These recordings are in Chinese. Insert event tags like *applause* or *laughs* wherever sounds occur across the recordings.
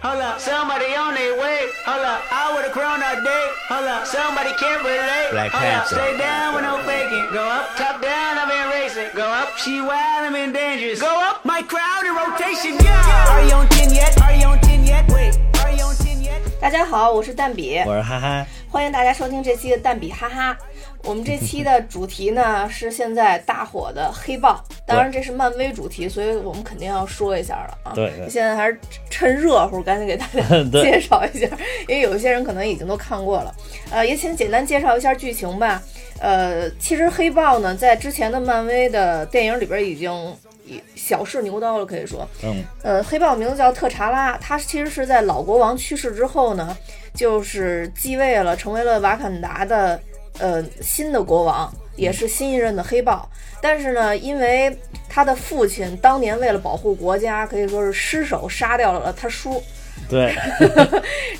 holla. Somebody on their way, holla. I would've grown all day, holla. Somebody can't relate, Black holla. Panther. Stay down with no faking. Go up, top down, I'm in racing. Go up, she wild, I'm in dangerous. Go up, my crowd in rotation, yeah. Are you on 10 yet? Are you on 10 yet? Wait, are you on 10 yet? 大家好，我是蛋比，我是哈哈，欢迎大家收听这期的蛋比哈哈。我们这期的主题呢是现在大火的黑豹，当然这是漫威主题，所以我们肯定要说一下了啊。对对现在还是趁热乎，赶紧给大家 *laughs* 对介绍一下，因为有一些人可能已经都看过了。呃，也请简单介绍一下剧情吧。呃，其实黑豹呢，在之前的漫威的电影里边已经已小试牛刀了，可以说，嗯，呃，黑豹名字叫特查拉，他其实是在老国王去世之后呢，就是继位了，成为了瓦坎达的呃新的国王，也是新一任的黑豹。但是呢，因为他的父亲当年为了保护国家，可以说是失手杀掉了他叔，对，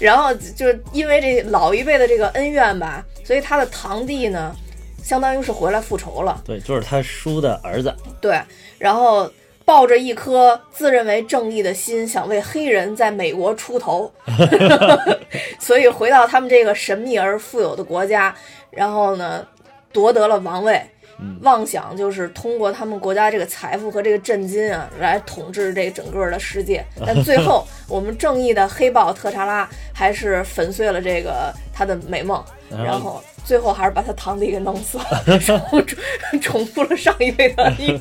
然后就是因为这老一辈的这个恩怨吧，所以他的堂弟呢，相当于是回来复仇了。对，就是他叔的儿子，对，然后抱着一颗自认为正义的心，想为黑人在美国出头，所以回到他们这个神秘而富有的国家，然后呢，夺得了王位。妄想就是通过他们国家这个财富和这个震金啊，来统治这整个的世界。但最后，我们正义的黑豹特查拉还是粉碎了这个他的美梦，然后然后最后还是把他堂弟给弄死了，重重复了上一辈的恩怨。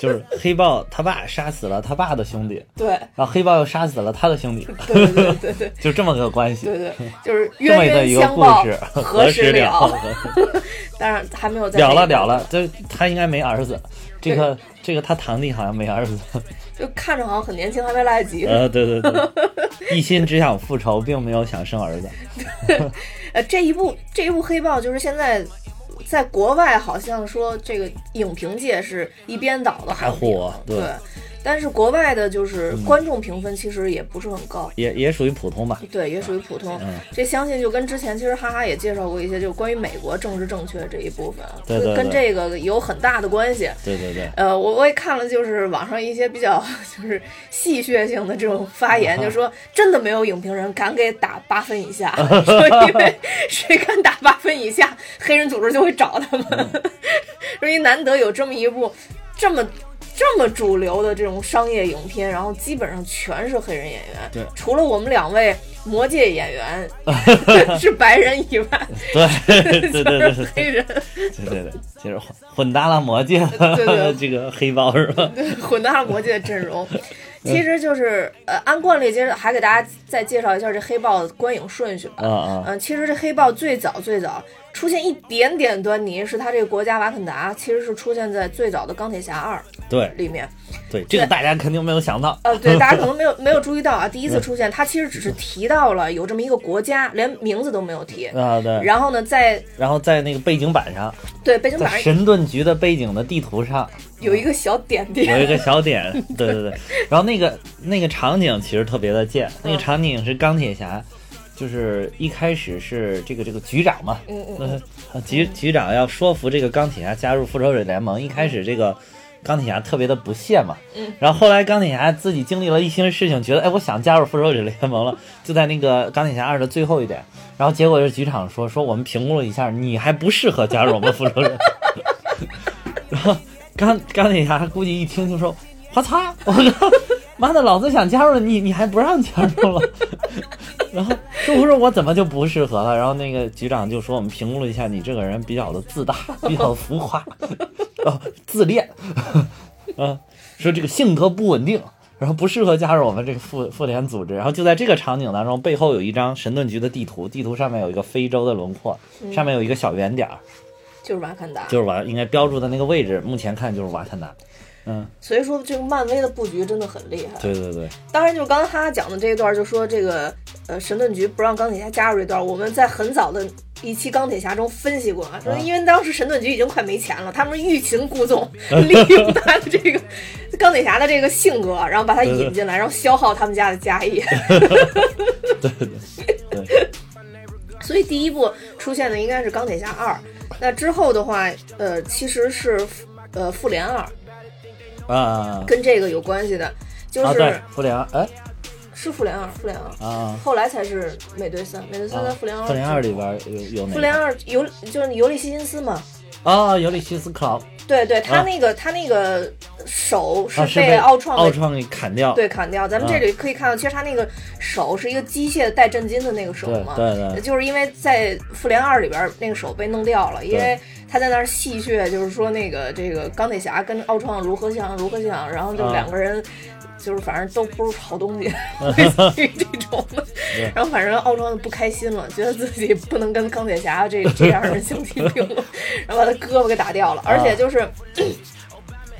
就是黑豹他爸杀死了他爸的兄弟，对，然后黑豹又杀死了他的兄弟，对对对对就这么个关系，对对，就是这冤么的一冤个相故报事，何时时了？ *laughs* 了当然还没有在了了这一了步了，这他应该没儿子，这个这个他堂弟好像没儿子， *laughs* 就看着好像很年轻，还没来得及。呃，对对对，一心只想复仇，并没有想生儿子，呃，这一部这一部黑豹就是现在在国外好像说这个影评界是一边倒的大好评，火，对。但是国外的就是观众评分其实也不是很高，也也属于普通吧，对，也属于普通。嗯这相信就跟之前其实哈哈也介绍过一些，就是关于美国政治正确这一部分，啊对对对跟这个有很大的关系。对对对，呃，我我也看了，就是网上一些比较就是戏谑性的这种 *laughs* 发言，就说真的没有影评人敢给打八分以下， *laughs* 说因 *laughs* 为谁敢打八分以下，黑人组织就会找他们。嗯 *laughs* 所以难得有这么一部这么这么主流的这种商业影片，然后基本上全是黑人演员，对除了我们两位魔界 *laughs* 演员是白人以外，对 *laughs* 对对对 *laughs* 全对是。黑人。对对对，就是混混搭了魔界对 *laughs* 对这个黑豹是吧？ *laughs* 混搭了魔界的阵容。其实就是呃，按惯例，其实还给大家再介绍一下这黑豹的观影顺序吧。啊啊，嗯，其实这黑豹最早最早出现一点点端倪，是它这个国家瓦肯达其实是出现在最早的钢铁侠二对里面。对，这个大家肯定没有想到，呃，对，大家可能没有没有注意到啊，第嗯一次出现，它其实只是提到了有这么一个国家，连名字都没有提。啊对，然后呢，在然后在那个背景板上，对北京板在上神盾局的背景的地图上有一个小点有点， *laughs* 一个小点，对对对，然后那个那个场景其实特别的贱，那嗯个场景是钢铁侠。就是一开始是这个这个局长嘛，嗯嗯嗯， *laughs* 呃局局长要说服这个钢铁侠加入复仇者联盟。一开始这个钢铁侠特别的不屑嘛，嗯，然后后来钢铁侠自己经历了一些事情，觉得哎，我想加入复仇者联盟了，就在那个钢铁侠二的最后一点，然后结果是局长说说我们评估了一下，你还不适合加入我们复仇者，然后 *laughs* 钢钢铁侠估计一听就说，我操，我靠，妈的，老子想加入了你，你还不让加入了。 *laughs* 然后说我说我怎么就不适合了？然后那个局长就说我们评估了一下，你这个人比较的自大，比较浮夸， *laughs* 哦，自恋， *laughs* 啊，说这个性格不稳定，然后不适合加入我们这个妇妇联组织。然后就在这个场景当中，背后有一张神盾局的地图，地图上面有一个非洲的轮廓，上面有一个小圆点儿，就是瓦坎达。就是瓦应该标注的那个位置，目前看就是瓦坎达。所以说，这个漫威的布局真的很厉害。对对对，当然，就是刚才哈哈讲的这一段，就说这个呃神盾局不让钢铁侠加入这段，我们在很早的一期钢铁侠中分析过啊，说因为当时神盾局已经快没钱了，他们是欲擒故 *laughs* 纵，利用他的这个钢铁侠的这个性格，然后把他引进来，然后消耗他们家的家业。 *laughs* 对对对。 *laughs* 所以第一部出现的应该是钢铁侠二，那之后的话，呃，其实是呃复联二啊跟这个有关系的，就是、啊对，复联，哎，是复联二，复联二，啊。后来才是美队三，美队三在复联二，复啊联二里边有有哪个？复联二尤就是尤利西金斯嘛，啊，尤里西斯·克劳对对，他啊那个、他那个手是啊是被奥奥创的、创啊给砍掉。对砍掉。咱们这里可以看到，其实他那个手是一个机械带震惊的那个手对嘛，对对就是因为在复联二里边那个手被弄掉了，因为他在那儿戏谑，就是说那个这个钢铁侠跟奥创如何像如何像，然后就啊两个人。就是反正都不是好东西， *laughs* 类似于这种的。然后反正奥创就不开心了，觉得自己不能跟钢铁侠这这样的人相提并论，然后把他胳膊给打掉了。而且就是，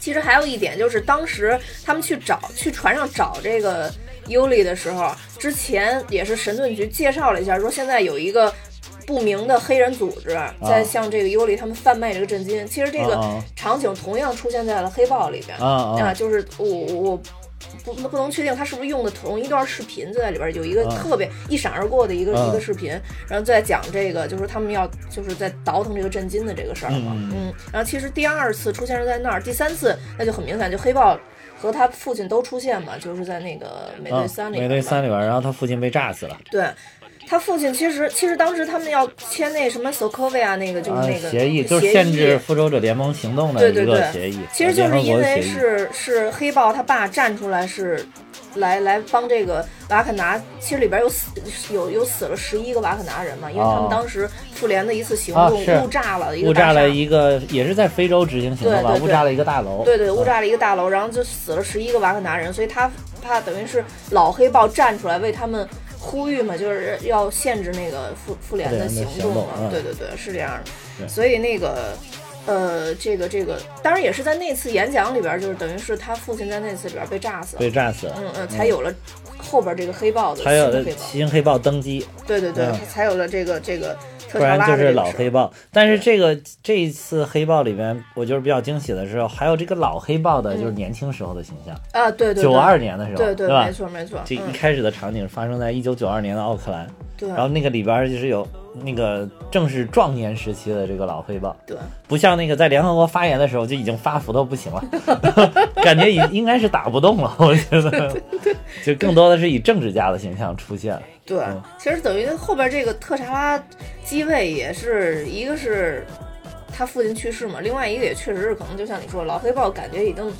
其实还有一点就是，当时他们去找去船上找这个尤里的时候，之前也是神盾局介绍了一下，说现在有一个。不明的黑人组织在向这个尤里他们贩卖这个震惊，其实这个啊场景同样出现在了《黑豹》里边啊啊就是我我我不不能确定他是不是用的同一段视频就在里边，有一个啊特别一闪而过的一个、啊一个视频，然后在讲这个就是他们要就是在倒腾这个震惊的这个事儿嘛，嗯嗯，然后其实第二次出现是在那儿，第三次那就很明显，就黑豹和他父亲都出现嘛，就是在那个美啊队三里美边嘛，队三里边，然后他父亲被炸死了，对。他父亲其实其实当时他们要签那什么 Sokovia 那个就是啊那个、协议就是协限制复仇者联盟行动的对一对个对，协议，呃啊其实就联合是国因为协议是是黑豹他爸站出来是来来帮这个瓦肯达，其实里边有死有有死了十一个瓦肯达人嘛，因为他哦们当时复联的一次行啊动是误炸了一个误炸大了厦一个，也是在非洲执行行动吧，对对对误炸了一个大楼，对对，误嗯炸了一个大楼，然后就死了十一个瓦肯达人，所以他他等于是老黑豹站出来为他们呼吁嘛，就是要限制那个复复联的复联行的行动动嘛。嗯对对对，是这样的。对所以那个呃，这个这个，当然也是在那次演讲里边儿，就是等于是他父亲在那次里边儿被炸死了。被炸死了，嗯嗯，才有了后边儿这个黑豹的还新有的黑豹。新黑豹登基，对对对，嗯他才有了这个这个不特查然拉就的这是个老事儿黑豹。但是这个这一次黑豹里面，我就是比较惊喜的是，还有这个老黑豹的，嗯就是年轻时候的形象，啊，对对对，九二年的时候，对对，吧没？错没错，这一嗯开始的场景发生在一九九二年的奥克兰，对然后那个里边就是有那个正是壮年时期的这个老黑豹，对。不像那个在联合国发言的时候就已经发福到不 *laughs* 行了，感觉已应该是打不动了，我觉得，就更多的是以政治家的形象出现了。对，嗯其实等于后边这个特查拉继位也是一个是他父亲去世嘛，另外一个也确实是可能就像你说，老黑豹感觉已经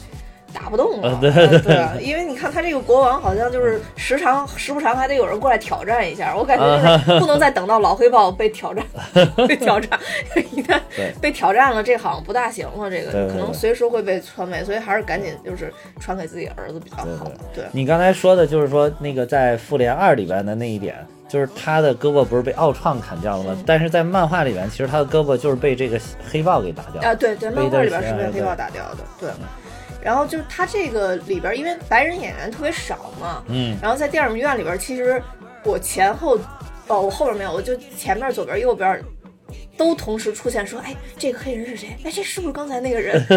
打不动了。啊对呃对对，因为你看他这个国王好像就是时常时不常还得有人过来挑战一下，我感觉就是不能再等到老黑豹被挑战 *laughs* 被挑战， *laughs* 一旦对被挑战了，这好像不大行了，这对对个对可能随时会被传媒，所以还是赶紧就是传给自己儿子比较好。对你刚才说的就是说那个在复联二里边的那一点，就是他的胳膊不是被奥创砍掉了吗？但是在漫画里面，其实他的胳膊就是被这个黑豹给打掉了。啊，对对，被漫一段画里边时是被间黑豹打掉的，对。然后就是他这个里边，因为白人演员特别少嘛，嗯，然后在电影院里边，其实我前后，哦，我后边没有，我就前面、左边、右边。都同时出现，说：“哎，这个黑人是谁？哎，这是不是刚才那个人？” *laughs*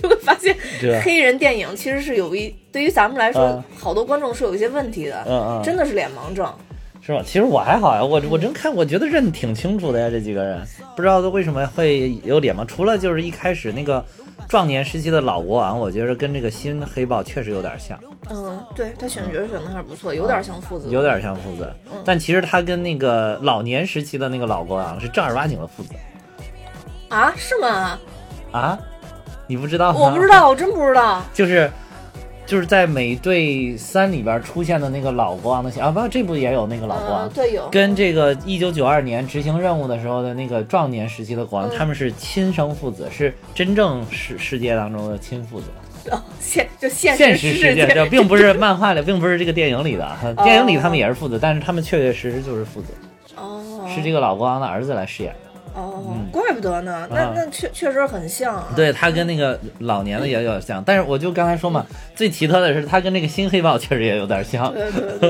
就会发现对黑人电影其实是有一，对于咱们来说嗯，好多观众是有一些问题的，嗯嗯真的是脸盲症。是吧？其实我还好呀，我我真看，我觉得认得挺清楚的呀，这几个人，不知道他为什么会有脸盲，除了就是一开始那个壮年时期的老国王，我觉得跟这个新黑豹确实有点像，嗯，对他选角选的还是不错，有点像父子，有点像父子，嗯但其实他跟那个老年时期的那个老国王是正儿八经的父子啊？是吗？啊，你不知道吗？我不知道，我真不知道。就是就是在《美队三》里边出现的那个老国王的形啊，不，这部也有那个老国王，嗯，对，有跟这个一九九二年执行任务的时候的那个壮年时期的国王，嗯他们是亲生父子，是真正世世界当中的亲父子，哦现就现现实实世界这并不是漫画里，并不是这个电影里 *laughs* 的，啊，电影里他们也是父子，但是他们确确实实就是父子，哦，是这个老国王的儿子来饰演的。哦，怪不得呢，那嗯啊那确确实很像啊。对他跟那个老年的也有点像，但是我就刚才说嘛，最奇特的是他跟那个新黑豹确实也有点像。对 *laughs* 对对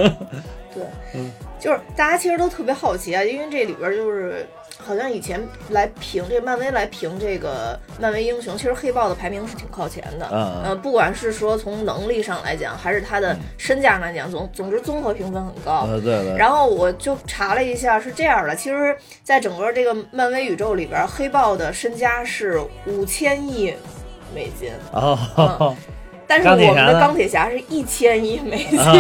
对，嗯就是大家其实都特别好奇啊，因为这里边就是好像以前来评这漫威来评这个漫威英雄，其实黑豹的排名是挺靠前的。嗯嗯嗯呃，不管是说从能力上来讲，还是他的身价上来讲，总总之综合评分很高。呃，对对。然后我就查了一下，是这样的，其实，在整个这个漫威宇宙里边，黑豹的身家是五千亿美金，哦，但是钢我铁侠们的呢钢铁侠是一千亿美金，啊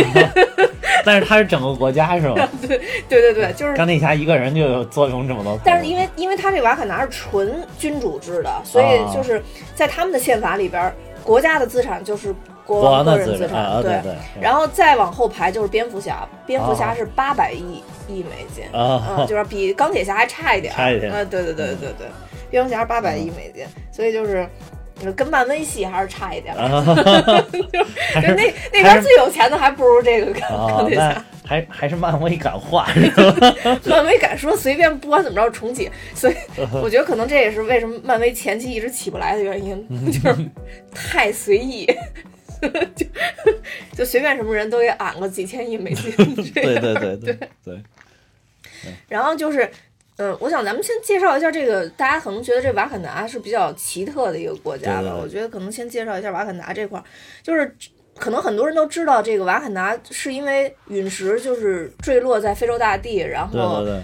*laughs* 但是他是整个国家是吗？ *laughs* 对对对，就是钢铁侠一个人就有作用这么多。但是 *laughs* 因为因为他这瓦坎达是纯君主制的，所啊以就是在他们的宪法里边，国家的资产就是国国王王个的人资资产啊，对。对，然后再往后排就是蝙蝠侠，蝙蝠啊侠是八百亿亿美金，啊嗯，就是比钢铁侠还差一点儿，差一点嗯啊，对对对对对，蝙蝠侠八百亿美金，所以就是。呃跟漫威系还是差一啊点儿，就还是那 *laughs* 那还边是最有钱的还不如这个钢啊钢，铁侠那。还还是漫威敢 *laughs* 画是吧？漫威敢说随便不管怎么着重启，所以我觉得可能这也是为什么漫威前期一直起不来的 *laughs* 原因，就是太随意， *laughs* 就就随便什么人都给俺个几千亿 *laughs* 美金。这对样对对对对，然后就是，嗯，我想咱们先介绍一下这个，大家可能觉得这瓦坎达是比较奇特的一个国家吧。对对对我觉得可能先介绍一下瓦坎达这块儿，就是可能很多人都知道，这个瓦坎达是因为陨石就是坠落在非洲大地，然对后对对，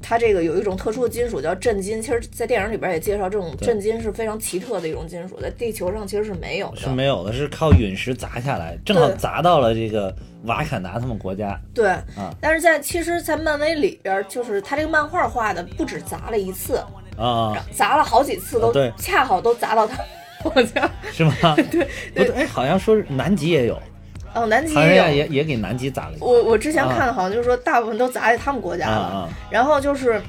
它这个有一种特殊的金属叫震金，其实，在电影里边也介绍，这种对震金是非常奇特的一种金属，在地球上其实是没有是的。没有的，是靠陨石砸下来，正好对砸到了这个瓦坎达他们国家。对，啊但是在其实，在漫威里边，就是它这个漫画画的不止砸了一次，啊、砸了好几次都、啊对恰好都砸到 *laughs* 他国家。是 *laughs* 吗？对，不对，哎，好像说是南极也有，哦，南极好像也也有。也也给南极砸了一我我之前啊看的好像就是说，大部分都砸在他们国家啊了。啊，然后就是，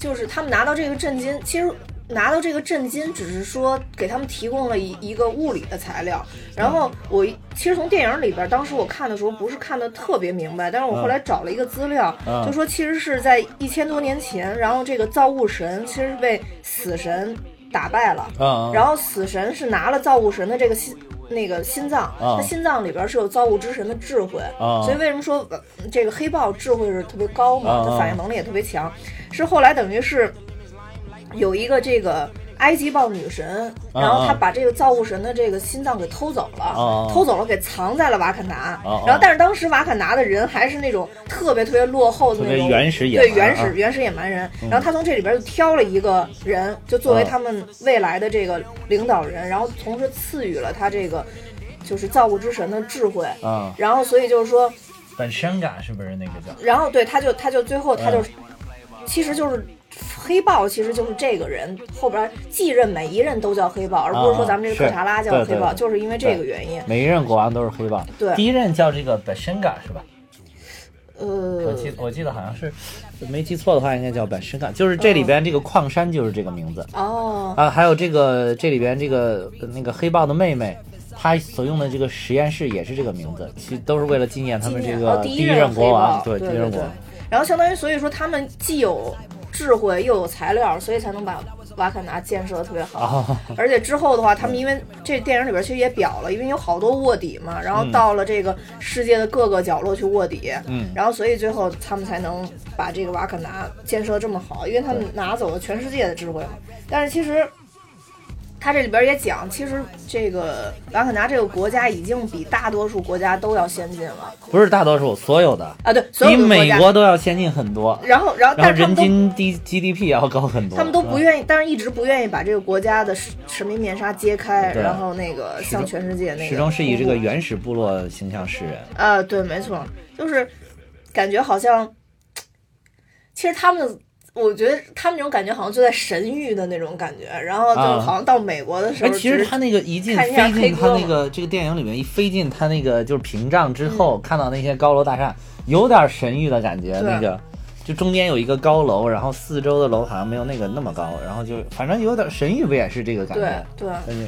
就是他们拿到这个震金，其实拿到这个震金只是说给他们提供了一一个物理的材料。然后我一其实从电影里边，当时我看的时候不是看的特别明白，但是我后来找了一个资料，嗯就说其实是在一千多年前，然后这个造物神其实是被死神打败了，啊啊，然后死神是拿了造物神的这个心。那个心脏，啊那心脏里边是有造物之神的智慧，啊所以为什么说呃这个黑豹智慧是特别高嘛，啊它反应能力也特别强，是后来等于是有一个这个埃及豹女神，啊然后她把这个造物神的这个心脏给偷走了，啊偷走了给藏在了瓦坎达，啊然后但是当时瓦坎达的人还是那种特别特别落后的那特种别原始野蛮对原啊始原始野蛮人，然后他从这里边就挑了一个人，就作为嗯他们未来的这个领导人，然后同时赐予了他这个就是造物之神的智慧，啊，然后所以就是说，本山嘎是不是那个叫？然后对他就他就最后他就嗯其实就是。黑豹其实就是这个人后边继任每一任都叫黑豹，而不是说咱们这个啊是克查拉叫对黑对豹，对就是因为这个原因。每一任国王都是黑豹，对第一任叫这个本山嘎是吧？我呃，记我记得好像是，没记错的话应该叫本山嘎，就是这里边这个矿山就是这个名字哦，啊，还有这个这里边这个那个黑豹的妹妹。她所用的这个实验室也是这个名字，其实都是为了纪念他纪们这念个哦第第一一任国王，黑豹第对一任国对王。。然后相当于，所以说他们既有智慧又有材料，所以才能把瓦坎达建设的特别好。啊，而且之后的话，他们因为这电影里边其实也表了，因为有好多卧底嘛，然后到了这个世界的各个角落去卧底，嗯然后所以最后他们才能把这个瓦坎达建设这么好，因为他们拿走了全世界的智慧嘛。但是其实。他这里边也讲，其实这个瓦坎达这个国家已经比大多数国家都要先进了不是大多数，所有的，啊！对，所比有的国美家国都要先进很多，然后，然然后，后但是他人们都均 D GDP 要高很多。他们都不愿意，但是一直不愿意把这个国家的神神秘面纱揭开，对然后那个向全世界那个始终是以这公个布原始部落形象示人。啊，对，没错，就是感觉好像，其实他们，我觉得他们那种感觉好像就在神域的那种感觉，然后就啊好像到美国的时哎，候，其实他那个一进看一下飞进黑他哥那嘛个这个电影里面一飞进他那个就是屏障之后，看到那些高楼大厦，有点神域的感觉。对那个就中间有一个高楼，然后四周的楼好像没有那个那么高，然后就反正有点神域，不也是这个感对觉？哎对，但是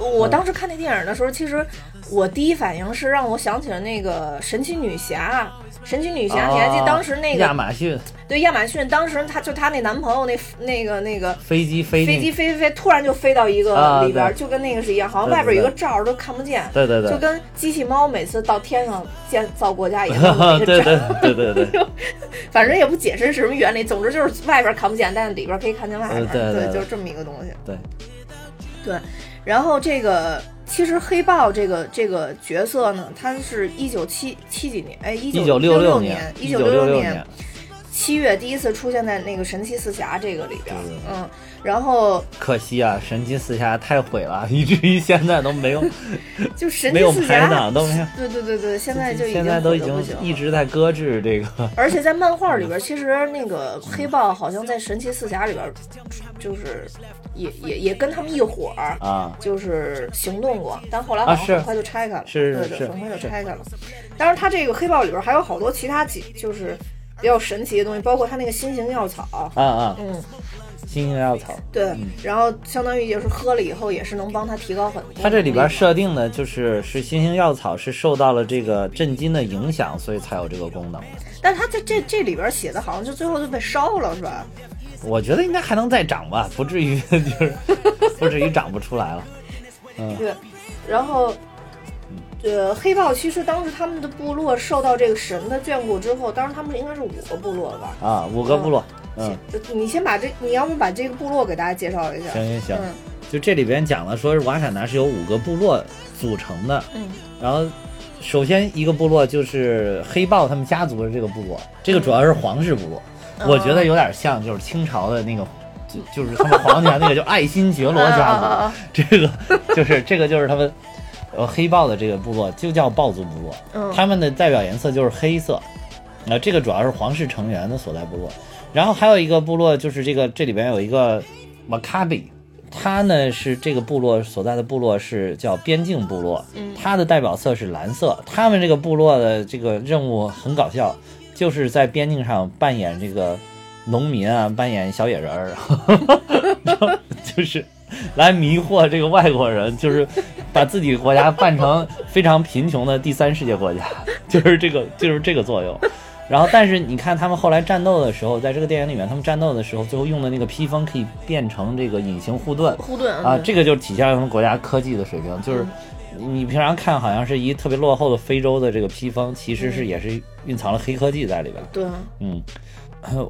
嗯我当时看那电影的时候，其实我第一反应是让我想起了那个神奇女侠。神奇女侠，你还记得当时那个哦亚马逊对亚马逊，当时她就她那男朋友那那个那个飞机飞飞机进，飞飞飞，突然就飞到一啊个里边儿，对就跟那个是一样，好像对对外边有一个对罩儿都看不见，对对对就跟机器猫每次到天上建造 *laughs* 国家一样，都有一对个罩对儿，对对对。 *laughs* 反正也不解释是什么原理，总之就是外边看不见，但是里边可以看见外边，呃对对对就是这么一个东西。对，对，然后这个其实黑豹这个这个角色呢，他是一九七七几年，哎，一一九六六年，一九六六年，七月第一次出现在那个神奇四侠这个里边儿对对，嗯，然后可惜啊，神奇四侠太毁了， *laughs* 以至于现在都 *laughs* 没有就神没奇有四拍侠档，，都没有。对对对对，现在就已经现在都已火得不经行了一直在搁置这个，而且在漫画里边，其实那个黑豹好像在神奇四侠里边，就是也也也跟他们一伙儿啊就是行动过，但后来啊好像是很快就拆开了，是是对是对，很快就是拆开了。当然，他这个黑豹里边还有好多其他几就是比较神奇的东西，包括他那个新型药草。啊啊，嗯，新型药草。对，然后相当于也是喝了以后，也是能帮他提高很多。它这里边设定的就是是新型药草是受到了这个震惊的影响，所以才有这个功能。但他在这这里边写的好像就最后就被烧了，是吧？我觉得应该还能再长吧，不至于就是 *laughs* 不至于长不出来了。对，然后，呃，黑豹其实当时他们的部落受到这个神的眷顾之后，当时他们应该是五个部落吧？啊，五个部落，嗯，呃你先把这，你要不把这个部落给大家介绍一下？行行行，嗯就这里边讲了，说是瓦坎达是由五个部落组成的，嗯，然后首先一个部落就是黑豹他们家族的这个部落，这个主要是皇室部落，我觉得有点像就是清朝的那个。就就是他们皇家那个叫爱新觉罗家族，啊啊啊这个就是这个就是他们，呃，黑豹的这个部落就叫豹族部落，嗯他们的代表颜色就是黑色，那、这个主要是皇室成员的所在部落，然后还有一个部落就是这个这里边有一个马卡比，他呢是这个部落所在的部落是叫边境部落，他的代表色是蓝色。他们这个部落的这个任务很搞笑，就是在边境上扮演这个农民啊，扮演小野人儿，然后 *laughs* 就是。来迷惑这个外国人，就是把自己国家扮成非常贫穷的第三世界国家， *laughs* 就是这个，就是这个作用。然后，但是你看他们后来战斗的时候，在这个电影里面，他们战斗的时候，最后用的那个披风可以变成这个隐形护盾护盾啊，这个就体现了他们国家科技的水平。就是你平常看好像是一特别落后的非洲的这个披风，其实是也是蕴藏了黑科技在里边。对，嗯，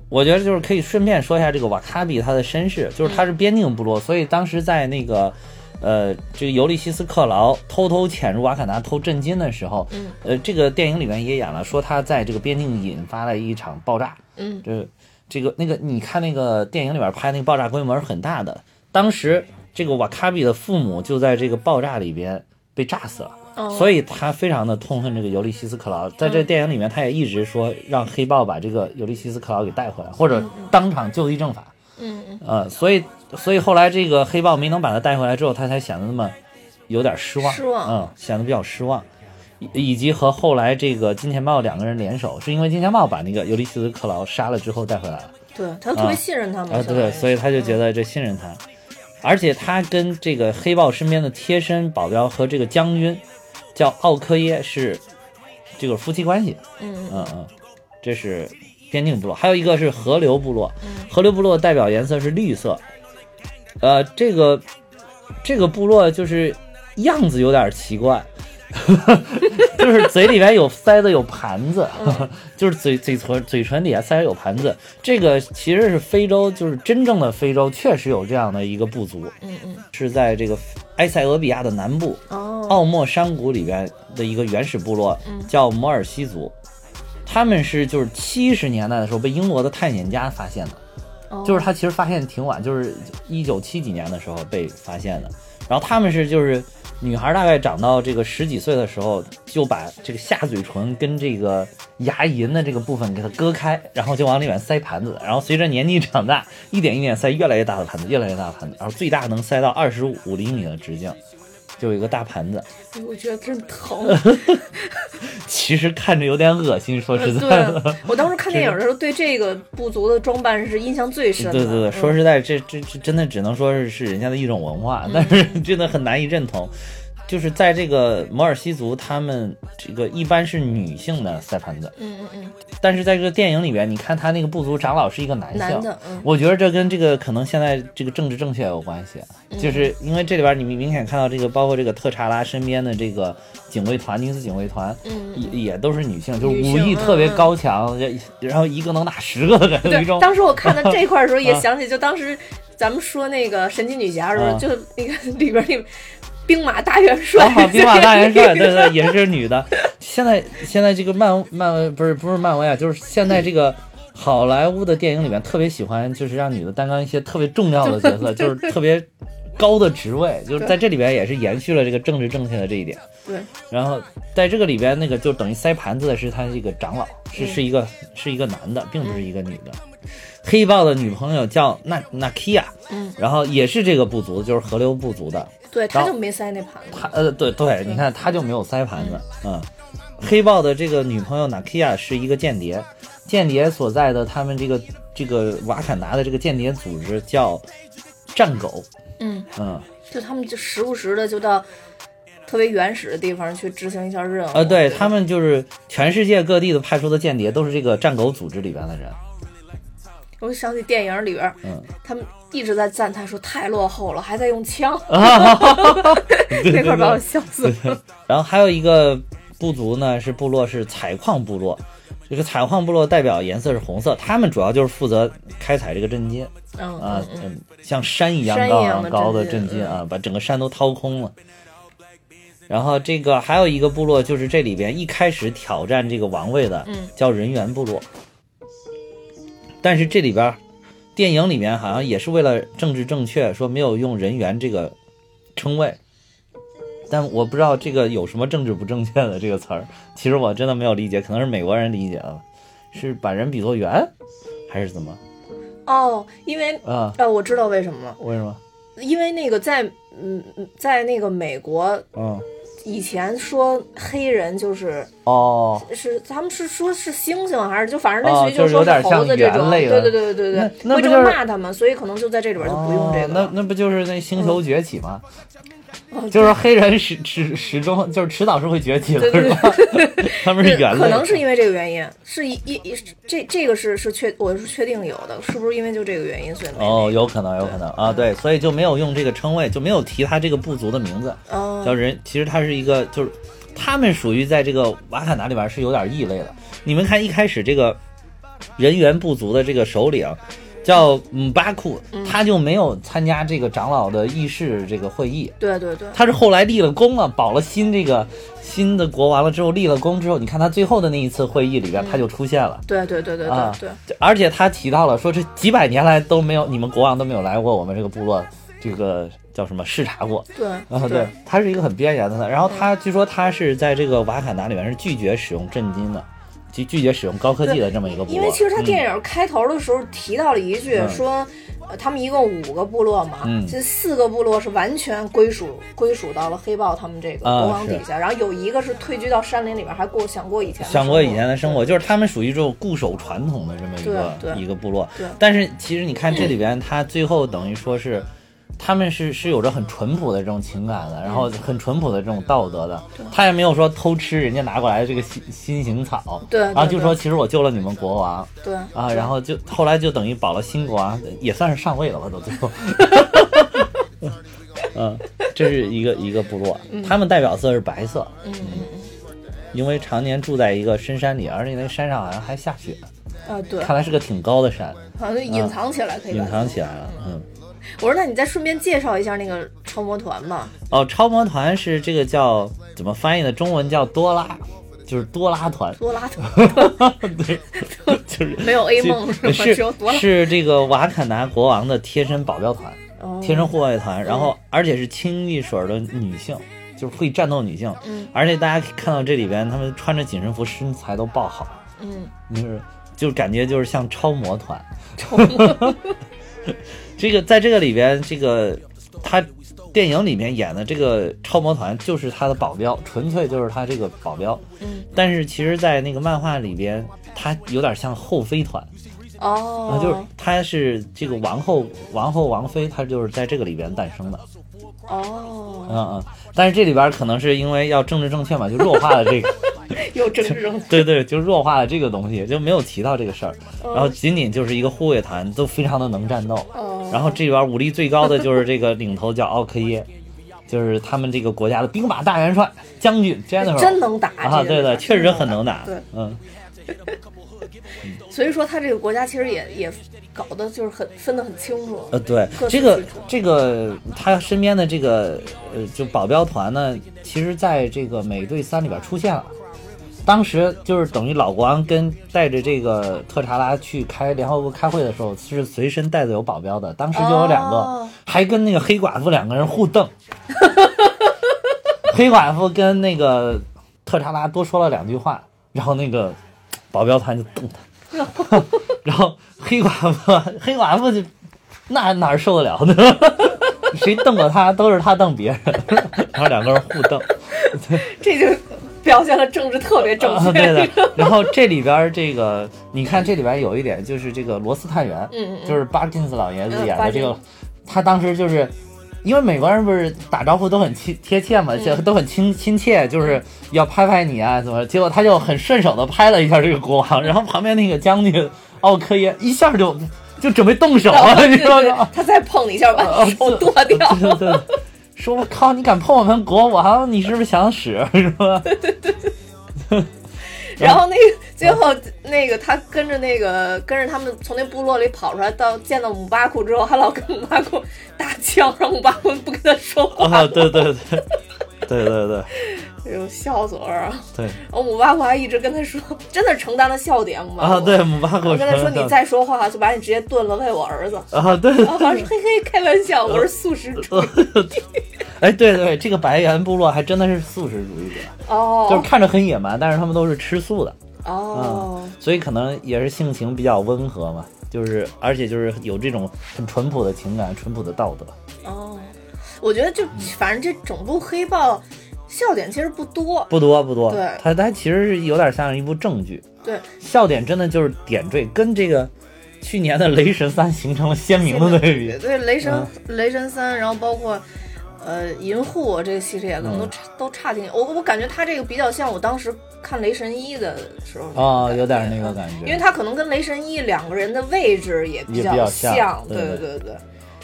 我觉得就是可以顺便说一下这个瓦卡比他的身世，就是他是边境部落，所以当时在那个。呃，这个尤利西斯·克劳偷偷潜入瓦坎达偷震金的时候，嗯呃，这个电影里面也演了，说他在这个边境引发了一场爆炸，嗯这这个那个，你看那个电影里边拍那个爆炸规模是很大的，当时这个瓦卡比的父母就在这个爆炸里边被炸死了。哦嗯所以他非常的痛恨这个尤利西斯·克劳，在这个电影里面，他也一直说让黑豹把这个尤利西斯·克劳给带回来，或者当场就地正法。嗯嗯，呃，所以所以后来这个黑豹没能把他带回来之后，他才显得那么有点失望，失望嗯，显得比较失望，以以及和后来这个金钱豹两个人联手，是因为金钱豹把那个尤利西斯·克劳杀了之后带回来了，对，他就特啊别信任他们啊，对，所以他就觉得得这信任他，而且他跟这个黑豹身边的贴身保镖和这个将军叫奥科耶是这个夫妻关系，嗯嗯嗯，这是边境部落，还有一个是河流部落，嗯河流部落代表颜色是绿色，呃，这个这个部落就是样子有点奇怪。 *laughs* 就是嘴里面有塞的有盘子，嗯 *laughs* 就是嘴嘴唇嘴唇底下塞着有盘子。这个其实是非洲，就是真正的非洲确实有这样的一个部族，嗯嗯是在这个埃塞俄比亚的南部，哦嗯奥莫山谷里边的一个原始部落，叫摩尔西族。他们是就是七十年代的时候被英国的探险家发现的，哦就是他其实发现挺晚，就是一九七几年的时候被发现的。然后他们是就是女孩大概长到这个十几岁的时候，就把这个下嘴唇跟这个牙龈的这个部分给它割开，然后就往里面塞盘子。然后随着年纪长大，一点一点塞越来越大的盘子，越来越大的盘子，然后最大能塞到二十五厘米的直径，就有一个大盘子。我觉得真 *laughs* 疼。其实看着有点恶心，说实在的。呃对，啊我当时看电影的 *laughs* 时候，对这个部族的装扮是印象最深对的。嗯对对，说实在，这这这真的只能说是是人家的一种文嗯化，但是 *laughs* 真的很难以认同。就是在这个摩尔西族，他们这个一般是女性的塞盘子，嗯嗯嗯但是在这个电影里边，你看他那个部族长老是一个男性，男的嗯我觉得这跟这个可能现在这个政治正确有关系，嗯就是因为这里边你明明显看到这个，包括这个特查拉身边的这个警卫团、女子警卫团，嗯嗯也也都是女性，就是女武性艺特别嗯嗯高强，然后一个能打十个的感觉，有一种对，当时我看到这块儿的时 *laughs* 候，也啊想起就当时咱们说那个神奇女侠的时啊候，就那个里边那个兵马大元 *laughs* 帅啊，，兵马大元 *laughs* 帅，对对，也是女的。现在现在这个漫漫威不是不是漫威啊，就是现在这个好莱坞的电影里面特别喜欢，就是让女的担当一些特别重要的 *laughs* 角色，就是特别高的职位，就是在这里边也是延续了这个政治正确的这一点。对，然后在这个里边，那个就等于塞盘子的是他这个长老，是是一个是一个男的，并不是一个女的。黑豹的女朋友叫纳纳基亚，嗯，然后也是这个部族，就是河流部族的。对，他然后就没塞那盘子。他呃，对对，你看他就没有塞盘子，嗯。黑豹的这个女朋友纳基亚是一个间谍，间谍所在的他们这个这个瓦坎达的这个间谍组织叫战狗，嗯，嗯，就他们就时不时的就到特别原始的地方去执行一下任务。呃，对他们就是全世界各地的派出的间谍都是这个战狗组织里边的 *laughs* 人，我就想起电影里边，嗯他们一直在赞叹说太落后了，还在用枪，啊对那块儿把我对笑死了。然后还有一个部族呢，是部落是采矿部落，这个采矿部落代表颜色是红色，他们主要就是负责开采这个镇街嗯啊嗯，嗯，嗯，像山一样山一高样啊的高的镇镇街街啊，把整个山都掏空了。然后这个还有一个部落，就是这里边一开始挑战这个王位的，嗯叫人猿部落。但是这里边电影里面好像也是为了政治正确，说没有用人猿这个称谓。但我不知道这个有什么政治不正确的这个词儿，其实我真的没有理解，可能是美国人理解了，是把人比作猿，还是怎么哦，因为啊？呃，我知道为什么了，为什么？因为那个在嗯嗯在那个美国嗯，以前说黑人就是哦，是他们是说是猩猩还是就反正哦类似于就是说有点猴子像这猿种，类对的对对对对那对，那会不这就么是骂他们，所以可能就在这里边就不用这个嗯哦哦了。那那不就是那星球崛起吗？就是说黑人始始始终就是迟早是会崛起的，对对是吧？ *laughs* 他们是猿类，可能是因为这个原因，是一一一这这个是是确我是确定有的，是不是因为就这个原因所以没哦，有可能，有可能啊，对，所以就没有用这个称谓，就没有提他这个部族的名字，哦叫人。其实他是一个，就是他们属于在这个瓦坎达里边是有点异类的。你们看一开始这个人猿部族的这个首领。叫姆巴库，嗯他就没有参加这个长老的议事这个会议，对对对，他是后来立了功了，啊保了新这个新的国王了之后，立了功之后，你看他最后的那一次会议里边，他就出现了。对对对对啊对对，而且他提到了说，这几百年来都没有你们国王都没有来过我们这个部落，这个叫什么视察过对啊？对，他是一个很边缘的呢。然后他据说他是在这个瓦坎达里面是拒绝使用震惊的，拒拒绝使用高科技的这么一个部落。因为其实他嗯电影开头的时候提到了一句，嗯说、呃他们一共五个部落嘛，嗯这四个部落是完全归属归属到了黑豹他们这个啊国王是底下，然后有一个是退居到山林里边，还过想过以前的想过以前的生活。活，就是他们属于这种固守传统的这么一对个对一个部落对。但是其实你看这里边，他最后等于说是，他们是是有着很淳朴的这种情感的，然后很淳朴的这种道德的。他也没有说偷吃人家拿过来的这个新新型草，对对然后就对说其实我救了你们国王对啊，然后就后来就等于保了新国王，也算是上位了吧，都最后。 *laughs* 嗯，这是一个一个部落，他们代表色是白色，嗯嗯因为常年住在一个深山里，而且那山上好像还下雪，嗯啊对，看来是个挺高的山，好像就隐藏起来可以隐吧？藏起来了。嗯，我说那你再顺便介绍一下那个超模团吧。。哦，超模团是这个叫怎么翻译的？中文叫多拉，就是多拉团多 *laughs* 拉团对，就是没有 A 梦是是吧？只有多是拉是这个瓦坎达国王的贴身保镖团、哦嗯贴身护卫团，然后而且是清一水儿的女性。就是会战斗女性，嗯而且大家可以看到这里边，她们穿着紧身服，身材都爆好，嗯就是就感觉就是像超模团。 *laughs* 这个在这个里边，这个他电影里面演的这个超模团就是他的保镖，纯粹就是他这个保镖。嗯但是其实，在那个漫画里边，他有点像后妃团啊，哦，就是他是这个王后、王后、王妃，他就是在这个里边诞生的。哦，嗯嗯，但是这里边可能是因为要政治正确嘛，就弱化了这个。又政治正确。对对，就弱化了这个东西，就没有提到这个事儿。嗯然后仅仅就是一个护卫团，都非常的能战斗。哦然后这里边武力最高的就是这个领头叫奥克耶，就是他们这个国家的兵马大元帅将军 General。哎真能打啊，这个对人的，确实很能打。对嗯，所以说他这个国家其实也也搞得就是很分得很清楚。呃，对各，自这个自主这个他身边的这个呃，就保镖团呢，其实在这个美队三里边出现了。当时就是等于老国王跟带着这个特查拉去开联合国开会的时候，是随身带着有保镖的。当时就有两个，哦还跟那个黑寡妇两个人互瞪。黑寡妇跟那个特查拉多说了两句话，然后那个保镖团就瞪他，然后 *laughs* 黑寡妇黑寡妇就那哪儿受得了呢？ *laughs* 谁瞪过他，都是他瞪别人，然后两个人互瞪。这就表现了政治特别正啊，确。对 *laughs* *laughs* 的。然后这里边儿这个，你看这里边儿有一点就是这个罗斯探员，嗯嗯嗯就是巴金斯老爷子嗯演巴的这金个，他当时就是。因为美国人不是打招呼都很亲贴切嗯嘛，就都很亲亲切，就是要拍拍你啊，怎么？结果他就很顺手的拍了一下这个国王，然后旁边那个将军奥科耶一下就就准备动手了，你哦对知道对吗？，他再碰你一下，把啊你手剁掉。 *laughs* 对对对，说我靠，你敢碰我们国王，你是不是想使 *laughs* 是吧？然后那个最后那个他跟着那个跟着他们从那部落里跑出来，到见到姆巴库之后，还老跟姆巴库打枪，让姆巴库不跟他说话， *laughs* 啊，对对对，对对对哎呦笑死我了。对然后姆巴库还一直跟他说，真的承担了笑点姆巴库啊，对，姆巴我狗跟他说舌头你再说话就把你直接炖了喂我儿子。啊，对，然后他说嘿嘿，开玩笑，我是素食 *laughs* 主义。哎，对对，这个白猿部落还真的是素食主义者，就是哦看着很野蛮，但是他们都是吃素的，哦，所以可能也是性情比较温和嘛，就是而且就是有这种很淳朴的情感、淳朴的道德。哦，我觉得就反正这整部黑豹笑点其实不多，不多不多，对它它其实是有点像一部正剧，对，笑点真的就是点缀，跟这个去年的《雷神三》形成了鲜明的对比。嗯对雷神、雷神三，然后包括呃银护这个系列，可嗯能都差、都差挺。我我感觉他这个比较像我当时看雷神一的时候那种哦，有感点觉那个感觉，因为他可能跟雷神一两个人的位置也比也比较像，像对对对对，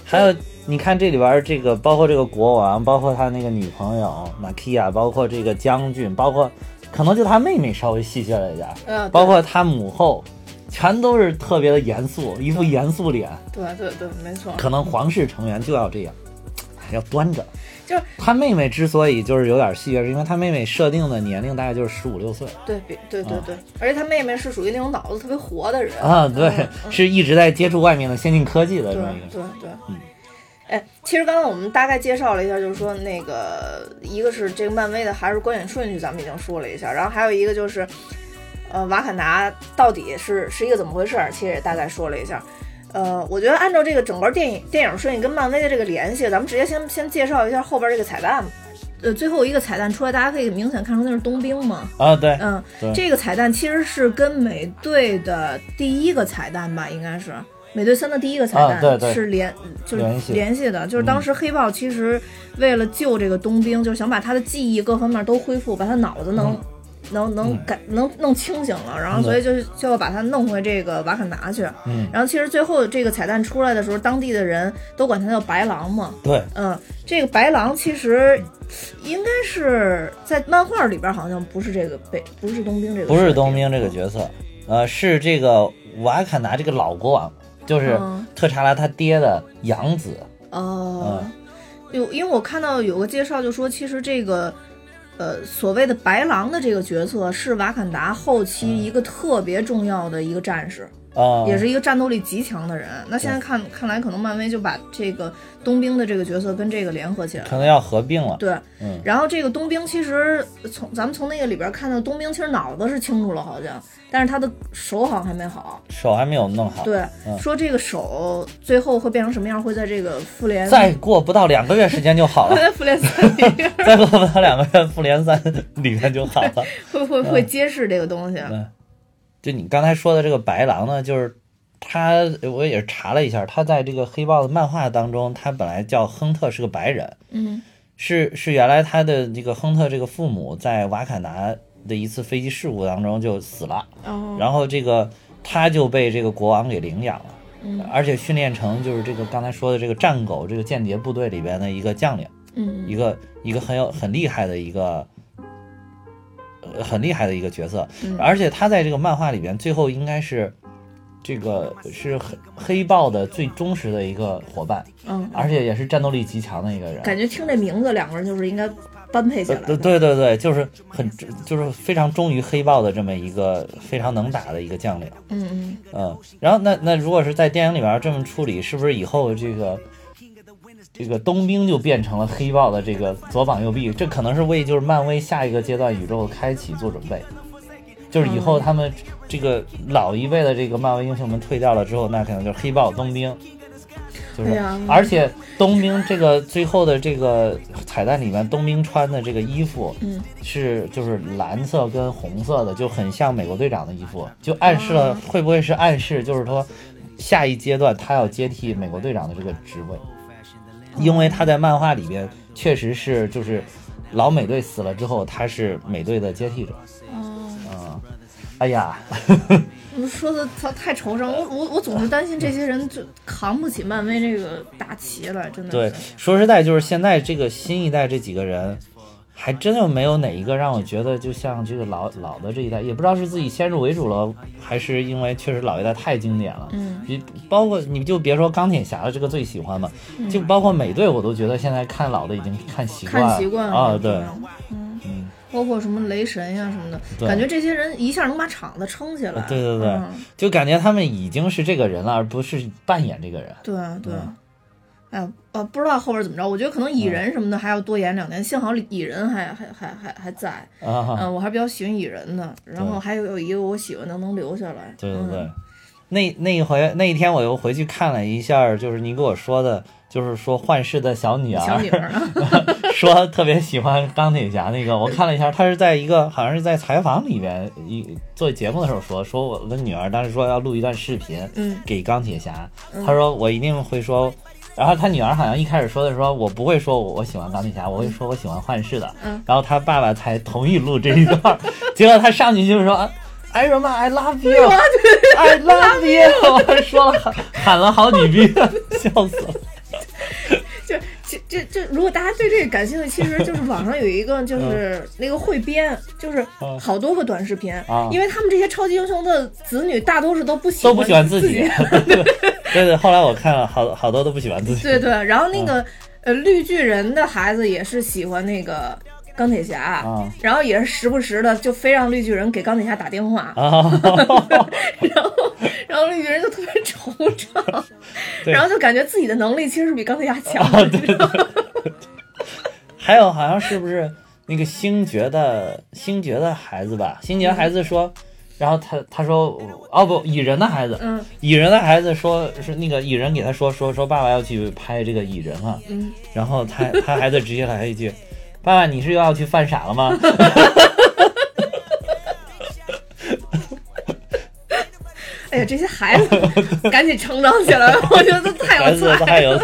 还有，你看这里边儿这个，包括这个国王，包括他那个女朋友玛基亚，包括这个将军，包括可能就他妹妹稍微戏谑了一点儿，嗯，对包括他母后，全都是特别的严肃，一副严肃脸。对对对，没错，可能皇室成员就要这样，哎要端着。就是他妹妹之所以就是有点戏谑，是因为他妹妹设定的年龄大概就是十五六岁对比对对对，而且他妹妹是属于那种脑子特别活的人啊，对嗯，是一直在接触外面的先进科技的这对么一个对对，嗯。哎，其实刚刚我们大概介绍了一下，就是说那个一个是这个漫威的，还是观影顺序，咱们已经说了一下，然后还有一个就是，呃，瓦坎达到底是是一个怎么回事儿，其实也大概说了一下。呃，我觉得按照这个整个电影电影顺序跟漫威的这个联系，咱们直接先先介绍一下后边这个彩蛋吧。呃，最后一个彩蛋出来，大家可以明显看出那是冬兵嘛。啊，对，嗯对，这个彩蛋其实是跟美队的第一个彩蛋吧，应该是美队三的第一个彩蛋、啊对对是联就是联系嗯联系的，就是当时黑豹其实为了救这个冬兵，就是想把他的记忆各方面都恢复，把他脑子能。能能改能弄清醒了，然后嗯所以就就要把他弄回这个瓦坎达去。嗯，然后其实最后这个彩蛋出来的时候，当地的人都管他叫白狼嘛。对，嗯，这个白狼其实应该是在漫画里边好像不是这个被不是冬兵这个不是设定冬兵这个角色，呃，是这个瓦坎达这个老国王，就是嗯特查拉他爹的养子，哦嗯。有，因为我看到有个介绍就说，其实这个呃所谓的白狼的这个角色是瓦坎达后嗯期一个特别重要的一个战士，啊，也是一个战斗力极强的人。那现在对看看来，可能漫威就把这个冬兵的这个角色跟这个联合起来了。可能要合并了，对，嗯然后这个冬兵其实从咱们从那个里边看到，冬兵其实脑子是清楚了，好像，但是他的手好像还没好。手还没有弄好，对，嗯说这个手最后会变成什么样，会在这个复联再过不到两个月时间就好会了。 *laughs* 在复联三里边再过不到两个月，复联三里面就好了。会会会揭示这个东西。嗯，就你刚才说的这个白狼呢，就是他，我也是查了一下，他在这个黑豹的漫画当中，他本来叫亨特，是个白人，嗯，是是原来他的这个亨特这个父母在瓦坎达的一次飞机事故当中就死了，哦，然后这个他就被这个国王给领养了，嗯而且训练成就是这个刚才说的这个战狗这个间谍部队里边的一个将领。嗯一个一个很有很厉害的一个，呃，很厉害的一个角色，嗯而且他在这个漫画里边最后应该是这个是黑黑豹的最忠实的一个伙伴，嗯，而且也是战斗力极强的一个人。感觉听这名字，两个人就是应该般配下来对的。对对对，就是很就是非常忠于黑豹的这么一个非常能打的一个将领。嗯嗯，嗯，然后那那如果是在电影里边这么处理，是不是以后这个这个冬兵就变成了黑豹的这个左膀右臂？这可能是为就是漫威下一个阶段宇宙的开启做准备，就是以嗯后他们这个老一辈的这个漫威英雄们退掉了之后，那可能就是黑豹、冬兵。就是哎呀，而且冬兵这个最后的这个彩蛋里面，冬兵穿的这个衣服，嗯，是就是蓝色跟红色的，就很像美国队长的衣服，就暗示哦了会不会是暗示，就是说下一阶段他要接替美国队长的这个职位，因为他在漫画里边确实是就是老美队死了之后，他是美队的接替者。哦，嗯，哎呀，你嗯说的他太惆怅，我我我总是担心这些人就扛不起漫威这个大旗了，真的对是。，说实在，就是现在这个新一代这几个人，还真就没有哪一个让我觉得就像这个老老的这一代，也不知道是自己先入为主了，还是因为确实老一代太经典了。嗯，你包括你就别说钢铁侠了，这个最喜欢嘛，就包括美队，我都觉得现在看老的已经看习惯嗯看习惯了啊，这对种，嗯，包括什么雷神呀、什么的，对感觉这些人一下能把场子撑起来。对对对嗯，就感觉他们已经是这个人了，而不是扮演这个人。对啊对啊嗯。哎呀，呃，不知道后边怎么着，我觉得可能蚁人什么的还要多演两年，幸好蚁人还还还还还在，啊哈嗯、，我还是比较喜欢蚁人的。然后对还有有一个我喜欢的能留下来，对对嗯对，那那一回那一天我又回去看了一下，就是你给我说的，就是说幻视的小女小儿女儿， *laughs* 说特别喜欢钢铁侠那个，我看了一下，她是在一个好像是在采访里面一做节目的时候说，说我的女儿当时说要录一段视频，嗯，给钢铁侠，她说我一定会说。然后她女儿好像一开始说的说，我不会说我我喜欢钢铁侠，我会说我喜欢幻视的。嗯然后她爸爸才同意录这一段儿， *laughs* 结果她上去就是说，Iron Man，I love *laughs* you。I love you，我还说了喊喊了好几遍， *laughs* 笑死了。就这这这，如果大家对这个感兴趣，其实就是网上有一个就是那个汇编，就是嗯好多个短视频啊，因为他们这些超级英雄的子女大多数都不喜都不喜欢自自己， *laughs* 对对，后来我看了好好多都不喜欢自己，对对，然后嗯那个呃绿巨人的孩子也是喜欢那个钢铁侠，啊然后也是时不时的就非让绿巨人给钢铁侠打电话，啊， *laughs* *laughs* 然后然后绿巨人就特别惆怅，对然后就感觉自己的能力其实是比钢铁侠强啊的。对对对，还有好像是不是那个星爵的星爵的孩子吧？星爵嗯孩子说，然后他他说哦不，蚁人的孩子，嗯蚁人的孩子说是那个蚁人给他说说说爸爸要去拍这个蚁人啊，嗯，然后他他孩子直接来一句，爸爸你是又要去犯傻了 *laughs* 吗？哎呀，这些孩子 *laughs* 赶紧成长起来吧，我觉得太孩有子才。太 *laughs* 有